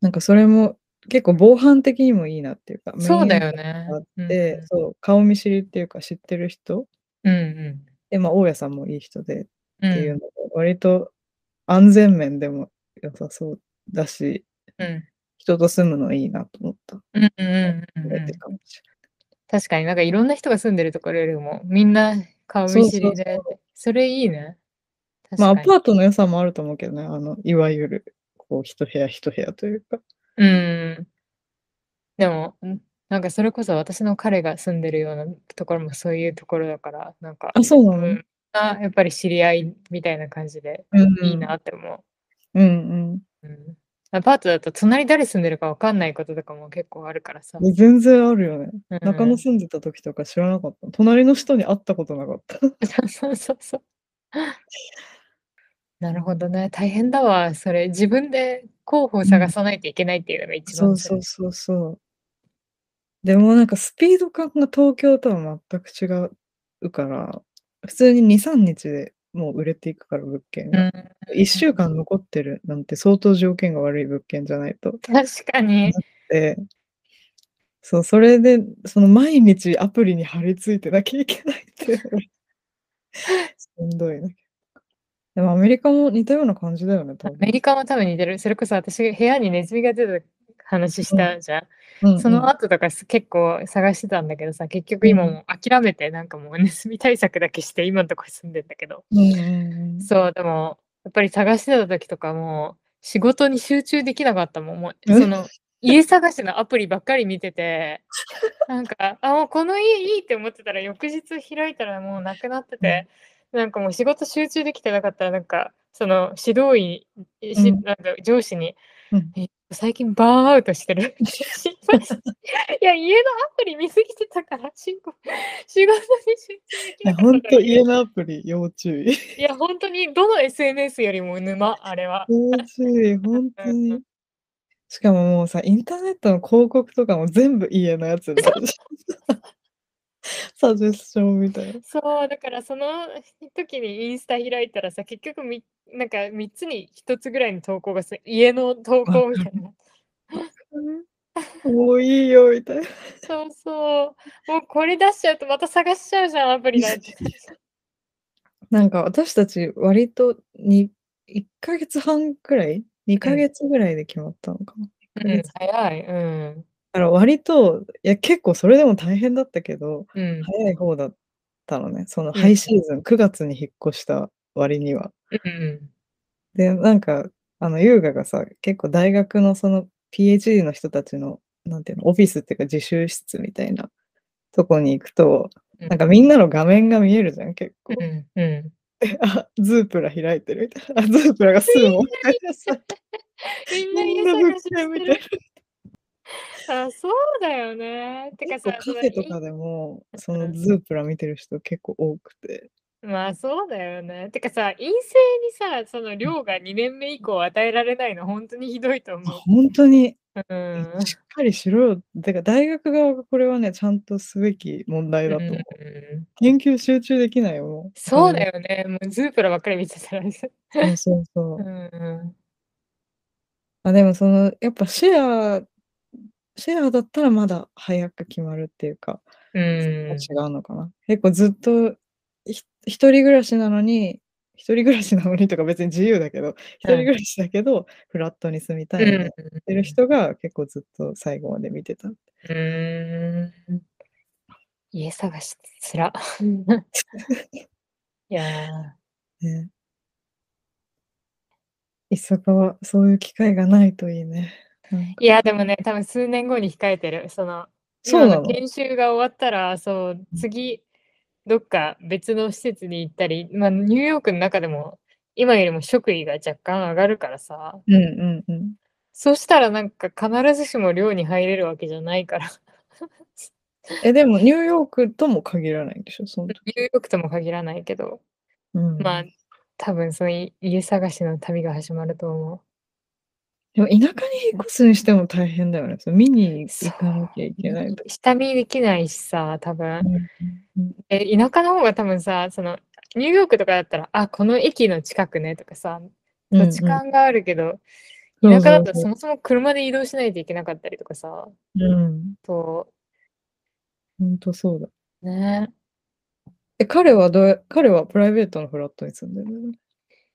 なんかそれも結構防犯的にもいいなっていうか、
そうだ
メイン
よね。
あっ
うん
で、そう、顔見知りっていうか知ってる人
うんうん。
で、まあ、大家さんもいい人でっ
うん
ていうので、割と安全面でも良さそうだし、
うん
人と住むのいいなと思った。
うんうんうんうん
これっ
う
て
ん
感じ
確かになんかいろんな人が住んでるところよりもみんな顔見知りで
そうそう
それいいね。確
まあ、
か
ア
に。
パートの良さもあると思うけどね、あの、いわゆる、こう、一部屋一部屋というか。
うん。でも、んなんかそれこそ私の彼が住んでるようなところもそういうところだから、なんか、
あ、そうな
う
の、
ん、あやっぱり知り合いみたいな感じで
うん
いい。なって思
うん
う。うん、アパートだと隣誰住んでるかわかんないこととかも結構あるからさ
う。ん。全然あるよね。
うん
中野住んでた時とか知らなかった。隣の人に会ったことなかった。
そう そうそうそう。なるほどね。大変だわ。それ、自分で候補を探さないといけないっていうのが一
そ
番
う
つら
そ
いう
そうそう。でもなんかスピード感が東京とは全く違うから、普通に2、3日でもう売れていくから物件
う
が。
ん、
1週間残ってるなんて相当条件が悪い物件じゃないと。
確かに。
で、そう、それで、その毎日アプリに貼り付いてなきゃいけないっていうのがしんどいね。でもアメリカも似たような感じだよね、多
ア
分。
メリカも多分似てる。それこそ私、部屋にネズミが出た話したじゃん。
うんうん
その後とかす結構探してたんだけどさ、結局今
うん
もう諦めて、なんかもうネズミ対策だけして、今のところ住んでんだけど。
うんうんうん
そう、でも、やっぱり探してた時とかも、仕事に集中できなかったもん。もう、
うん
その、家探しのアプリばっかり見てて、なんか、あ、もうこの家いいって思ってたら、翌日開いたらもうなくなってて、なんかもう仕事集中できてなかったら、なんか、その指導員、し
うん
なんか上司に、
うん
え最近バーンアウトしてる。 心配しいや、家のアプリ見すぎてたから、仕事仕事に集中でき
いや、
なかったから。
本当家のアプリ要注意。
いや、本当に、どの SNS よりも沼、あれは。
嬉しい、本当
う
に。 しかももうさ、インターネットの広告とかも全部家のやつになるしサジェスションみたいな。
そう、だからその時にインスタ開いたらさ、結局み、なんか3つに1つぐらいの投稿がさ、家の投稿みたいな。
もういいよみたいな。
そうそう。もうこれ出しちゃうとまた探しちゃうじゃん、アプリだって。
なんか私たち割とに1ヶ月半くらい ?2 ヶ月ぐらいで決まったのかな。1ヶ
うん
月だ、
早い。うん。
から割と、いや結構それでも大変だったけど、
うん。
早い方だったのね。その
ん
ハイシーズン、9月に引っ越した割には。
うん。
で、なんか、あの、優雅がさ、結構大学のその PhD の人たちの、なんていうの、オフィスっていうか自習室みたいなとこに行くと、
うん
なんかみんなの画面が見えるじゃん、結構
う。ん。 うん。
あ、ズープラ開いてるみたいな。あ、ズープラがスーモみたいなさ。
みんな
み
家
んな
探
物
しして
件みたい
る
な。。
あ、そうだよね。てか
結
さ
構、
そ
カ
の
フェとかでも、そ
うん
のズープラ見てる人結構多くて。
まあそうだよね。てかさ、陰性にさ、その量が2年目以降与えられないの、本当にひどいと思う。
本当に、
うん。
しっかりしろよ。てか、大学側がこれはね、ちゃんとすべき問題だと思う。
うん
研究集中できないよ。も
そうだよね。もうズープラばっかり見てたらさ。
うんそうそう
う。ん。
あでもそのやっぱシェアシェアだったらまだ早く決まるっていうか、
うん。
違うのかな結構ずっとひ一人暮らしなのに一人暮らしなのにとか別に自由だけど一人暮らしだけどフラットに住みたいみたいな言ってる人が結構ずっと最後まで見てた。
うん。家探しつら。 いやー
ねいっそかはそういう機会がないといいね。なんか
いや、でもね、多分数年後に控えてる。その、
そうな
今
の
研修が終わったら、そう、次、どっか別の施設に行ったり、まあ、ニューヨークの中でも、今よりも職位が若干上がるからさ、
うんうんうん。
そうしたらなんか必ずしも寮に入れるわけじゃないから、
えでもニューヨークとも限らないでしょその時。
ニューヨークとも限らないけど、
うん
まあ、多分そのい家探しの旅が始まると思
でも田舎に引っ越すにしても大変だよね。その見に行かなきゃいうけないと。。
下見できないしさ、多分。
うん
え、田舎の方が多分さ、その、ニューヨークとかだったら、あ、この駅の近くねとかさ、
うんうん
土地勘があるけど、
そう
田舎だと
そう
そもそも車で移動しないといけなかったりとかさ、
うん。
と、
本当そうだ。
ね。
え、彼はどうや、彼はプライベートのフラットに住んでるのね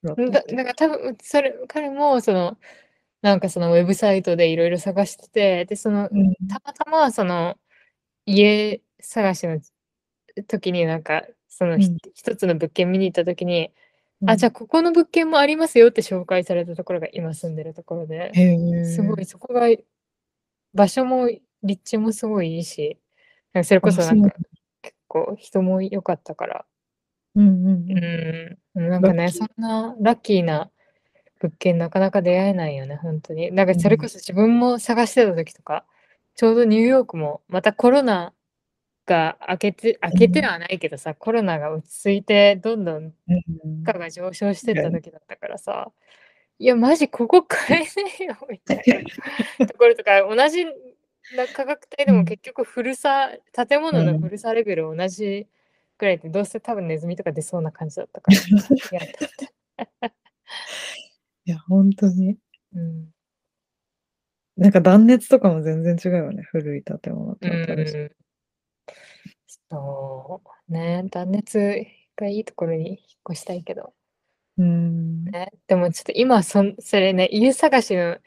フラット
だ、
って
なんか多分、それ、彼も、その、なんかそのウェブサイトでいろいろ探してて、で、その、
うん
たまたま、その、家探しの時になんか、その、ひ
うん
一つの物件見に行った時に、
う
あ、
ん
じゃあここの物件もありますよって紹介されたところが今住んでるところで、
へえ。
すごいそこが場所も立地もすごいいいし、なんかそれこそな
あ
んか結構人も良かったから、
うんうんうん。
うん、なんかね、
ラッキー
そんなラッキーな物件なかなか出会えないよね、本当に。なんかそれ
うん
こそ自分も探してた時とか、ちょうどニューヨークもまたコロナが明けて、明けてはないけどさ、コロナが落ち着いてどんどん
うん
価が上昇して
確
た
かに
時だったからさ、いや、マジここ買えねえよみたいなところとか、同じな価格帯で
う
も
ん
結局古さ、建物
う
の
ん
古さレベル同じくらいで、どうせ多分ネズミとか出そうな感じだった から。いやだって
いや、本当に。
うん
なんか断熱とかも全然違うよね。古い建物と
う
新しい。
んそうね、断熱がいいところに引っ越したいけど。
うん。
ね、でもちょっと今そん、それね、家探しの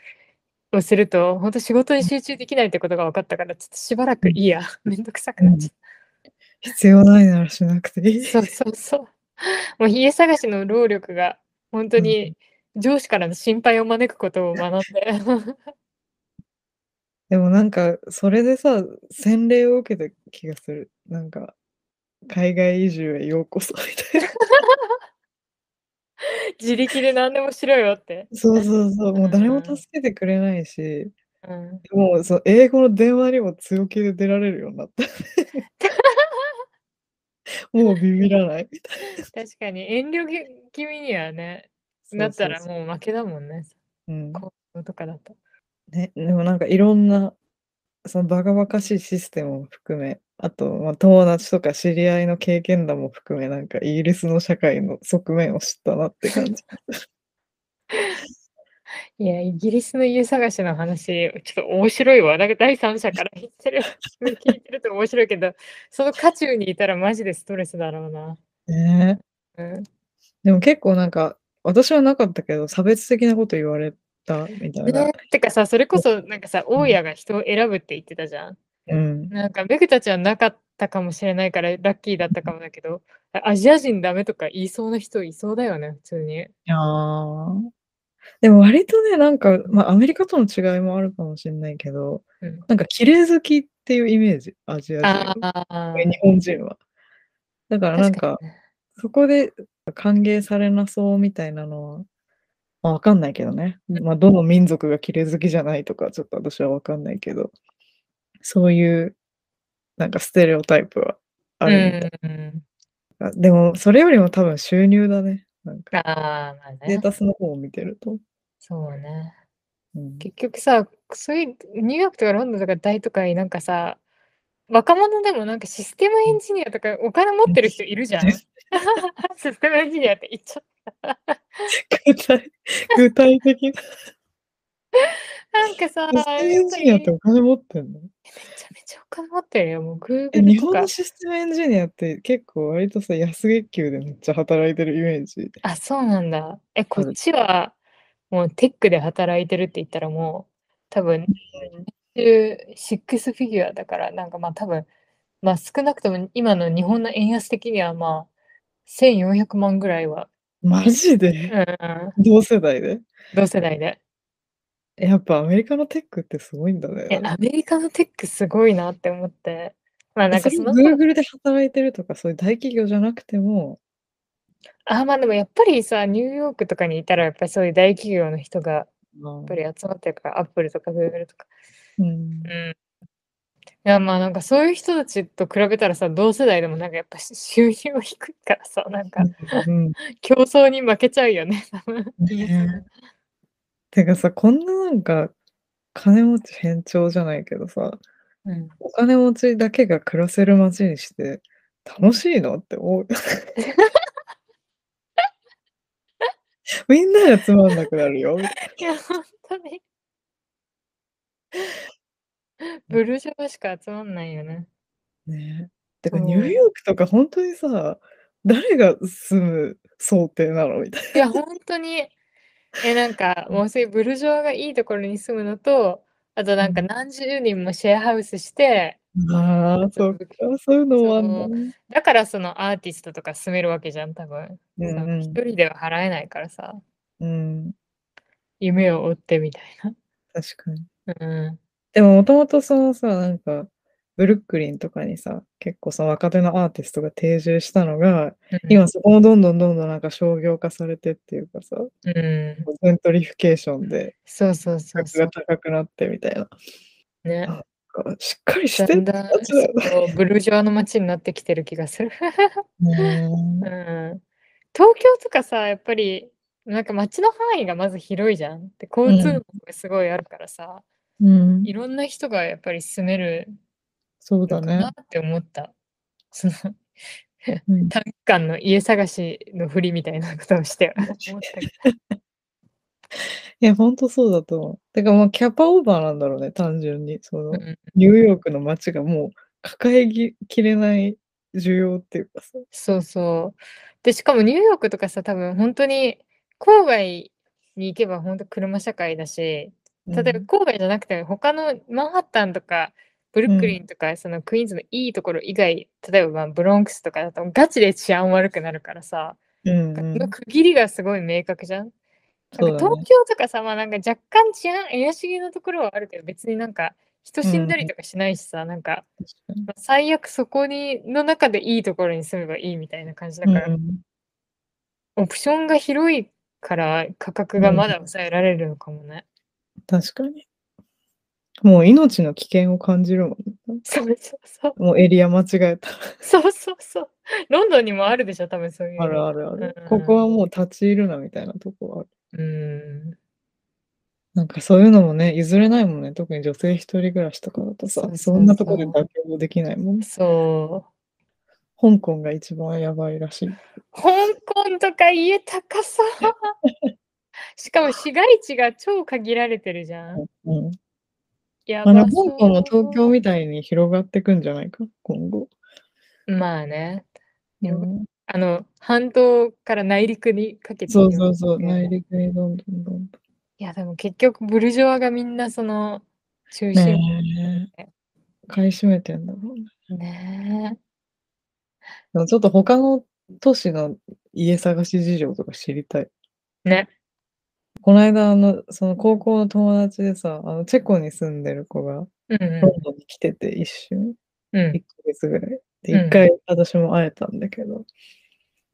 をすると、本当仕事に集中できないってことが分かったから、ちょっとしばらく
うん
いいや、 めんどくさくなっちゃっ
必要ないならしなくていい。
た。そうそうそう。もう家探しの労力が、本当
うん
に上司からの心配を招くことを学ん で。
でもなんか、それでさ、洗礼を受けた気がする。なんか、海外移住へようこそみたいな。
自力で何でもしろよって。
そうそうそう、 もう誰も
うん
助けてくれないし、
うん、
もうそう英語の電話にも強気で出られるようにな った。もうビビらないみたい
確かに、遠慮気味にはね、
な。
なったら
そうそう
もう負けだもんね。
そううん
高校とかだと。
ね、でもなんかいろんな、そのバカバカしいシステムも含め、あと、まあ、友達とか知り合いの経験談も含め、なんかイギリスの社会の側面を知ったなって感じ。
いや、イギリスの家探しの話、ちょっと面白いわ。なんか第三者から言ってる、聞いてると面白いけど、その渦中にいたらマジでストレスだろうな。
ね
うん、
でも結構なんか、私はなかったけど、差別的なこと言われたみたいな。
ねてかさ、それこそなんかさ、大家が人を選ぶって言ってたじゃん。
うん。
なんか、めぐたちはなかったかもしれないから、ラッキーだったかもだけど、あアジア人ダメとか言いそうな人いそうだよね、普通に。
ああ。でも割とね、なんか、まあ、アメリカとの違いもあるかもしれないけど、
うん
なんか綺麗好きっていうイメージ、アジア人、
ああ、
日本人は。だからなん
確
か、
かにね。
そこで歓迎されなそうみたいなのは、まあ、わかんないけどね。まあ、どの民族が綺麗好きじゃないとか、ちょっと私はわかんないけど、そういう、なんかステレオタイプはあるみたい。
うんうん
あでも、それよりも多分収入だね。なんか、
ああ、まあね
デー。タスの方を見てると。
そうね。
うん、
結局さ、そういうニューヨークとかロンドンとか大都会なんかさ、若者でもなんかシステムエンジニアとかお金持ってる人いるじゃん。 システムエンジニアって言っちゃっ
具体具体 的な。
た。なんかさ、
システムエンジニアって
め
お金持ってんの
ちゃめちゃお金持ってるよ。もう
え、日
Google と
本
か
の。システムエンジニアって結構割とさ、安月給でめっちゃ働いてるイメージ。
あ、そうなんだ。え、こっちはもうテックで働いてるって言ったらもう多分6フィギュアだからなんかまあ多分まあ少なくとも今の日本の円安的にはまあ1400万ぐらいは、
マジ
う
で
ん、
同世代で
同世代で。
やっぱアメリカのテックってすごいんだね。
え、アメリカのテックすごいなって思って。まあなんかその
グーグルで働いてるとか、そういう大企業じゃなくても、
あ、まあでもやっぱりさ、ニューヨークとかにいたらやっぱりそういう大企業の人がやっ
うん
ぱり集まってるから、アップルとかグーグルとか。
うん
う、ん。いやまあなんかそういう人たちと比べたらさ、同世代でもなんかやっぱし収入は低いからさ、なんか
うん
競争に負けちゃうよね、多分。
ねてかさ、こんななんか、金持ち偏重じゃないけどさ、
うん、
お金持ちだけが暮らせる街にして、楽しいのって思 う。みんながつまんなくなるよ。
いや、本当に。ブルジョワしか集まんないよね。
ねてか、
そう
ニューヨークとか本当にさ、誰が住む想定なのみたい
いや、本当に。え、なんか、もうそういうブルジョワがいいところに住むのと、あとなんか
うん
何十人もシェアハウスして、
な。ああ、そうか、そういうのもあんのね。
だからそのアーティストとか住めるわけじゃん、多分。
う
そ
ん
の一人では払えないからさ、
うん、うん、
夢を追ってみたい
確かに。
な。うん。
でも、もともとそのさ、なんか、ブルックリンとかにさ、結構さ、若手のアーティストが定住したのが、今そこもどんどんどんどんなんか商業化されてっていうかさ、
うん、うん。
セントリフィケーションで
そうそうそう
格
そ
が高くなってみたいな。
う。ね。
なんかしっかりし
だ
て
ん
って
だん
感じだよね
そうブルジョワの街になってきてる気がする。うん、
ね
東京とかさやっぱりなんか街の範囲がまず広いじゃんで交通
うん
網がすごいあるからさ、
え。うん
いろんな人がやっぱり住める
そうだ
のか
ね
な。って思った、その
うん
短期間の家探しのふりみたいなことをして思ったけど
いや、ほんとそうだと思う。だからもうキャパオーバーなんだろうね、単純に。その
うん
ニューヨークの街がもう抱えきれない需要っていうかさ。
そうそうでしかもニューヨークとかさ多分本当に郊外に行けば本当車社会だし例えば
うん
郊外じゃなくて他のマンハッタンとかブルックリンとかそのクイーンズのいいところ以外例えばまあブロンクスとかだとガチで治安悪くなるからさ、
うん
そ
うん
の区切りがすごい明確じゃん。
そう
なん
だ
か
ね
東京とかさ、まあ、なんか若干治安怪しげなところはあるけど別になんか人死んだりとかしないしさ、なんか
確かに
まあ最悪そこにの中でいいところに住めばいいみたいな感じだから、
うん
オプションが広いから価格がまだ抑えられるのかもね。
確かに。もう命の危険を感じるもんね。
そうそうそう
もうエリア間違えた。
そうそうそう。ロンドンにもあるでしょ、多分そういうの。
あるあるある
うん。
ここはもう立ち入るなみたいなとこはあ
う
る。
ん。
なんかそういうのもね、譲れないもんね。特に女性一人暮らしとかだとさ
そう、そう
そんなとこで
そう
妥協できないもん。
そ
香港が一番やばいらしい。
う。香港とか家高さ。しかも市街地が超限られてるじゃん。
うん。
や
あの、
ば
香
そう
港も東京みたいに広がってくんじゃないか、今後。
まあね。広が
うん
あの、半島から内陸にかけて
そう
広
そ
がっ
う
てる
そう、
よ
内
ね
陸にどんどんどんど
いや、でも結局、ブルジョワがみんなその中
ん。
心
ねえ。買い占めてんだろうね。
ね
でもちょっと他の都市の家探し事情とか知りたい。
え。ね。
この間、あの、その高校の友達でさ、あの、チェコに住んでる子が、
うん
ロ
う
ンドンに来てて、一瞬、
ん。う
1
ん
ヶ月ぐらい。で、
うん
1回私も会えたんだけど、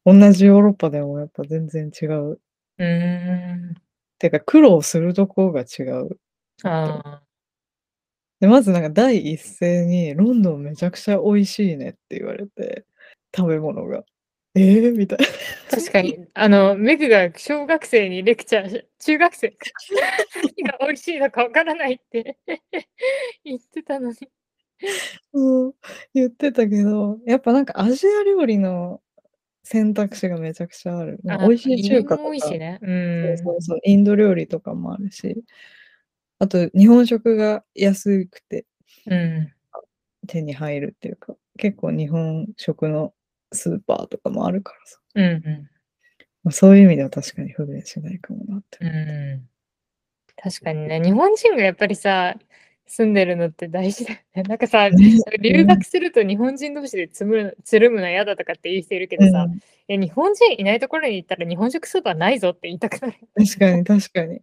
同じヨーロッパでもやっぱ全然違う。
うーん。
てか、苦労するとこが違う。
あ
で、まずなんか第一声に、ロンドンめちゃくちゃ美味しいねって言われて、食べ物が。ええみたいな。
確かに、あの、メグが小学生にレクチャーし、中学 生か何が美味しいのかわからないって 言ってたのに。
そう、言ってたけど、やっぱなんかアジア料理の選択肢がめちゃくちゃある。なんか
あ
美味しい中華
移民
と
も多
か、
いしね。う。
そうんそうそう、インド料理とかもあるし、あと日本食が安くて
うん。
手に入るっていうか、結構日本食のスーパーとかもあるからさ、
うん。う
まあ、そういう意味では確かに不便しないかもなって
ん。。うん。確かにね、日本人がやっぱりさ、住んでるのって大事だよね。なんかさ、留学すると日本人同士でつむつるむの嫌だとかって言う人いるけどさ、
うん
いや日本人いないところに行ったら日本食スーパーないぞって言いたくなる。
確かに確かに。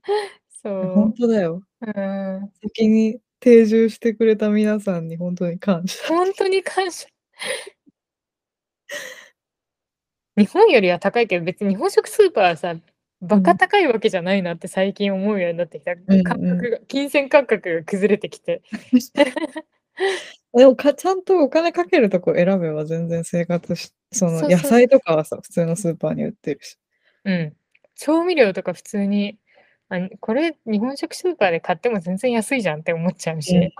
そう
本。当だよ。
うん。
先に定住してくれた皆さんに本当に感謝。
本当に感謝。日本よりは高いけど、別に日本食スーパーはさ、バカ高いわけじゃないなって最近思うようになってきた。
うん
感覚が、金銭感覚が崩れてきて。
でもか、ちゃんとお金かけるとこ選べば全然生活し、
そ
その
うそう
野菜とかはさ、普通のスーパーに売ってるし。
うん。調味料とか普通に、あこれ日本食スーパーで買っても全然安いじゃんって思っちゃうし。
うん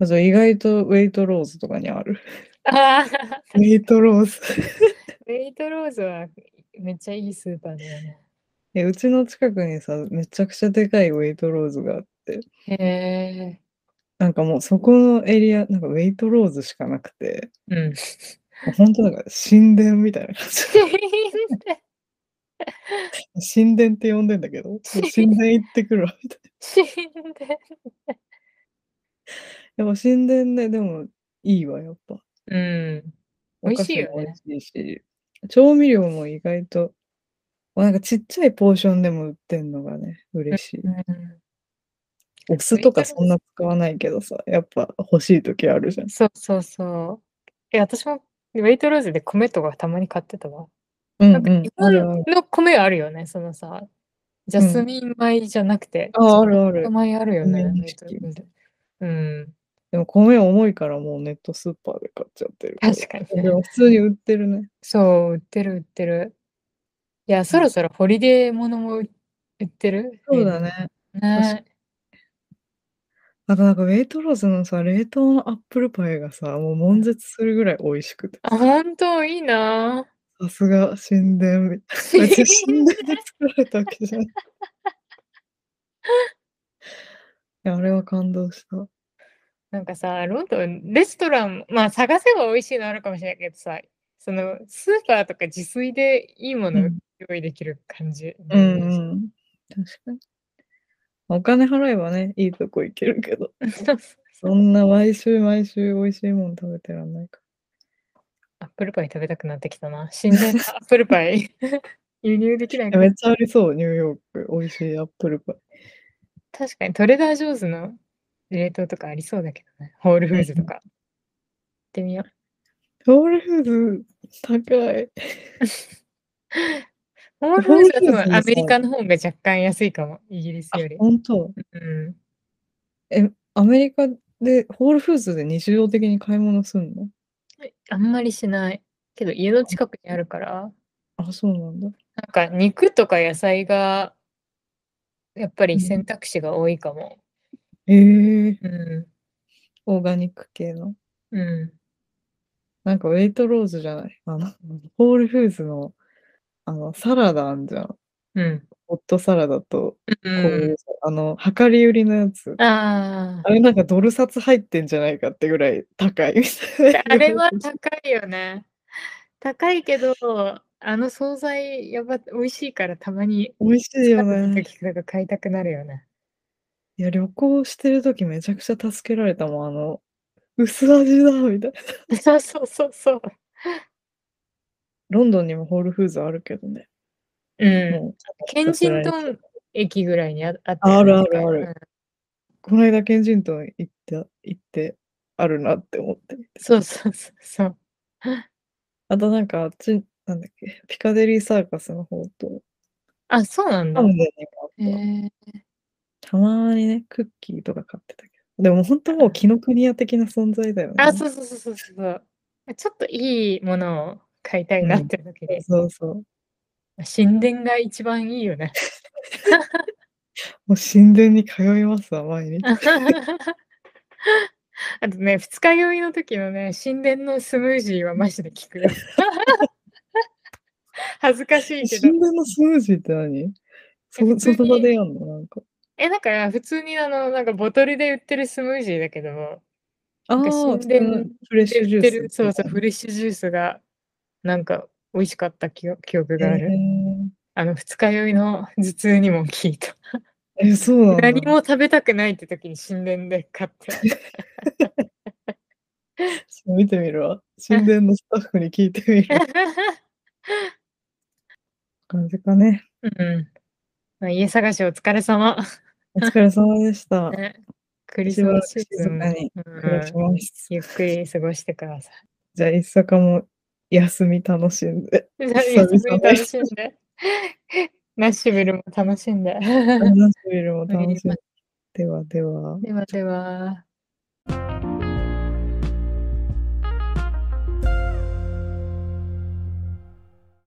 あと意外とウェイトローズとかに ある。
ああ、
ウェイトローズ
ウェイトローズはめっちゃいいスーパーだよね。
え。うちの近くにさ、めちゃくちゃでかいウェイトローズがあって、
へえ。
なんかもうそこのエリア、なんかウェイトローズしかなく て、
うん。
もう本当なんか神殿みたいな感じ。神殿って呼んでん だけど、神殿行ってくるわみたいな。
死んで。
やっぱ神殿ね、でもいいわ、やっぱ。
うん。
お
美
菓
味しいよ
子も
ね
美味しいし、調味料も意外と、まあなんかちっちゃいポーションでも売ってんのがね、嬉しい。お酢とかそんな使わないけどさ、やっぱ欲しい時あるじゃん。
そうそうそう。え、私もウェイトローズで米とかたまに買ってたわ。
うん
なんか
うん
日、
あ
本
るある。
の米あるよね、そのさ。ジャスミン米じゃなくて。
あ、あるある。
米あるよね。
米
ウェイトローズ
錦
うん。
でも米重いからもうネットスーパーで買っちゃってるから。
確かに
で
ね。
も普通に売ってるね。
そう、売ってる売ってる。いや、そろそろホリデーものも売売ってる
そうだ。ね。
ね。
あとなんかウェイトローズのさ、冷凍のアップルパイがさ、もう悶絶するぐらい美味しくて。
あ、ほんと、いいな。
さすが神殿み 別に神殿で作られたわけじゃない。いや、あれは感動した。
なんかさ、ロンドン、レストラン、まあ探せば美味しいのあるかもしれないけどさ、そのスーパーとか自炊でいいもの
う
を
ん
用意できる感じ。
うんうん。確かに。お金払えばね、いいとこ行けるけど、そんな毎週毎週美味しいもん食べてらんないか
アップルパイ食べたくなってきたな。死んで アップルパイ 輸入できない
ら。
か
いやめ
ら
っちゃありそう、ニューヨーク。美味しいアップルパイ。
確かにトレーダー・ジョーズの冷凍とかありそうだけどね。ホールフーズとか。行ってみよう。
ホールフーズ高い。
ホールフーズは
ホールフーズ
多
も
分
さ
アメリカの方が若干安いかも。イギリス
あ
より。
本当
うん。
え、アメリカでホールフーズで日常的に買い物すんの
あんまりしない。けど家の近くにあるから。
あ、そうなんだ。
なんか肉とか野菜がやっぱ
うん
り選択肢が多いかも。
えー、
う
オーガニック系の。
ん。う
なんかウェイトローズじゃない。あの、ホールフーズの、あの、サラダあんじゃん。
ん。うん。
ホットサラダと、
う
こうい
ん
うさ、あの、量り売りのやつ。
あ
あれなんかドル札入ってんじゃないかってぐらい高いみたいな
あ。。あれは高いよね。高いけど、あの惣菜やば美味しいからたまに
美味しいよね。
時とか買いたくなるよね。
いや、旅行してる時めちゃくちゃ助けられたもん。あの、薄味だみたいな。
そうそうそうそう。
ロンドンにもホールフーズあるけどね。
うん。
も
ケンジントン駅ぐらいにああった
あ
よね
るあるある
うん
う、この間ケンジントン行った、行って、あるなって思って。
そうそうそうそう。
あとなんかあっち、なんだっけ、ピカデリーサーカスの方と、
あ、そうなんだ
ハ。ムでね、
へえ。
たまーにね、クッキーとか買ってたけど。でも本当もう紀ノ国屋的な存在だよね。
あ、そうそうそうそうそう。ちょっといいものを買いたいなっていう時に、
そうそう。
神殿が一番いいよね。
もう神殿に通いますわ、毎日。
あとね、二日酔いの時のね、神殿のスムージーはマジで効くよ。 恥ずかしいけど。
神殿のスムージーって何そ
普通に
その場でやんのなんか。
え、だから普通にあの、なんかボトルで売ってるスムージーだけど、
あ
んか
あ、
神殿
そのフレッシュジ
売っ
ュ
てる
ース。
そうそう、フレッシュジュースが、なんか美味しかった記記憶
へ
がある。あの、二日酔いの頭痛にも効いた。
ええ、そうなんだ。
何も食べたくないって時に神殿で買って。。
見てみるわ。神殿のスタッフに聞いてみる 感じかね。
うん。まあ、家探しお疲れ様。
お疲れ様でした。
ね、クリスマスシーズ
静
ン
かに
うん
暮らします。
ゆっくり過ごしてくださ
じゃあ、一坂も休み楽しん で。
い。
々
ゆっくり楽しん で。ナッシュビルも楽しんで。
ナスビルも楽しん
わかりま
で。ではでは。
ではでは。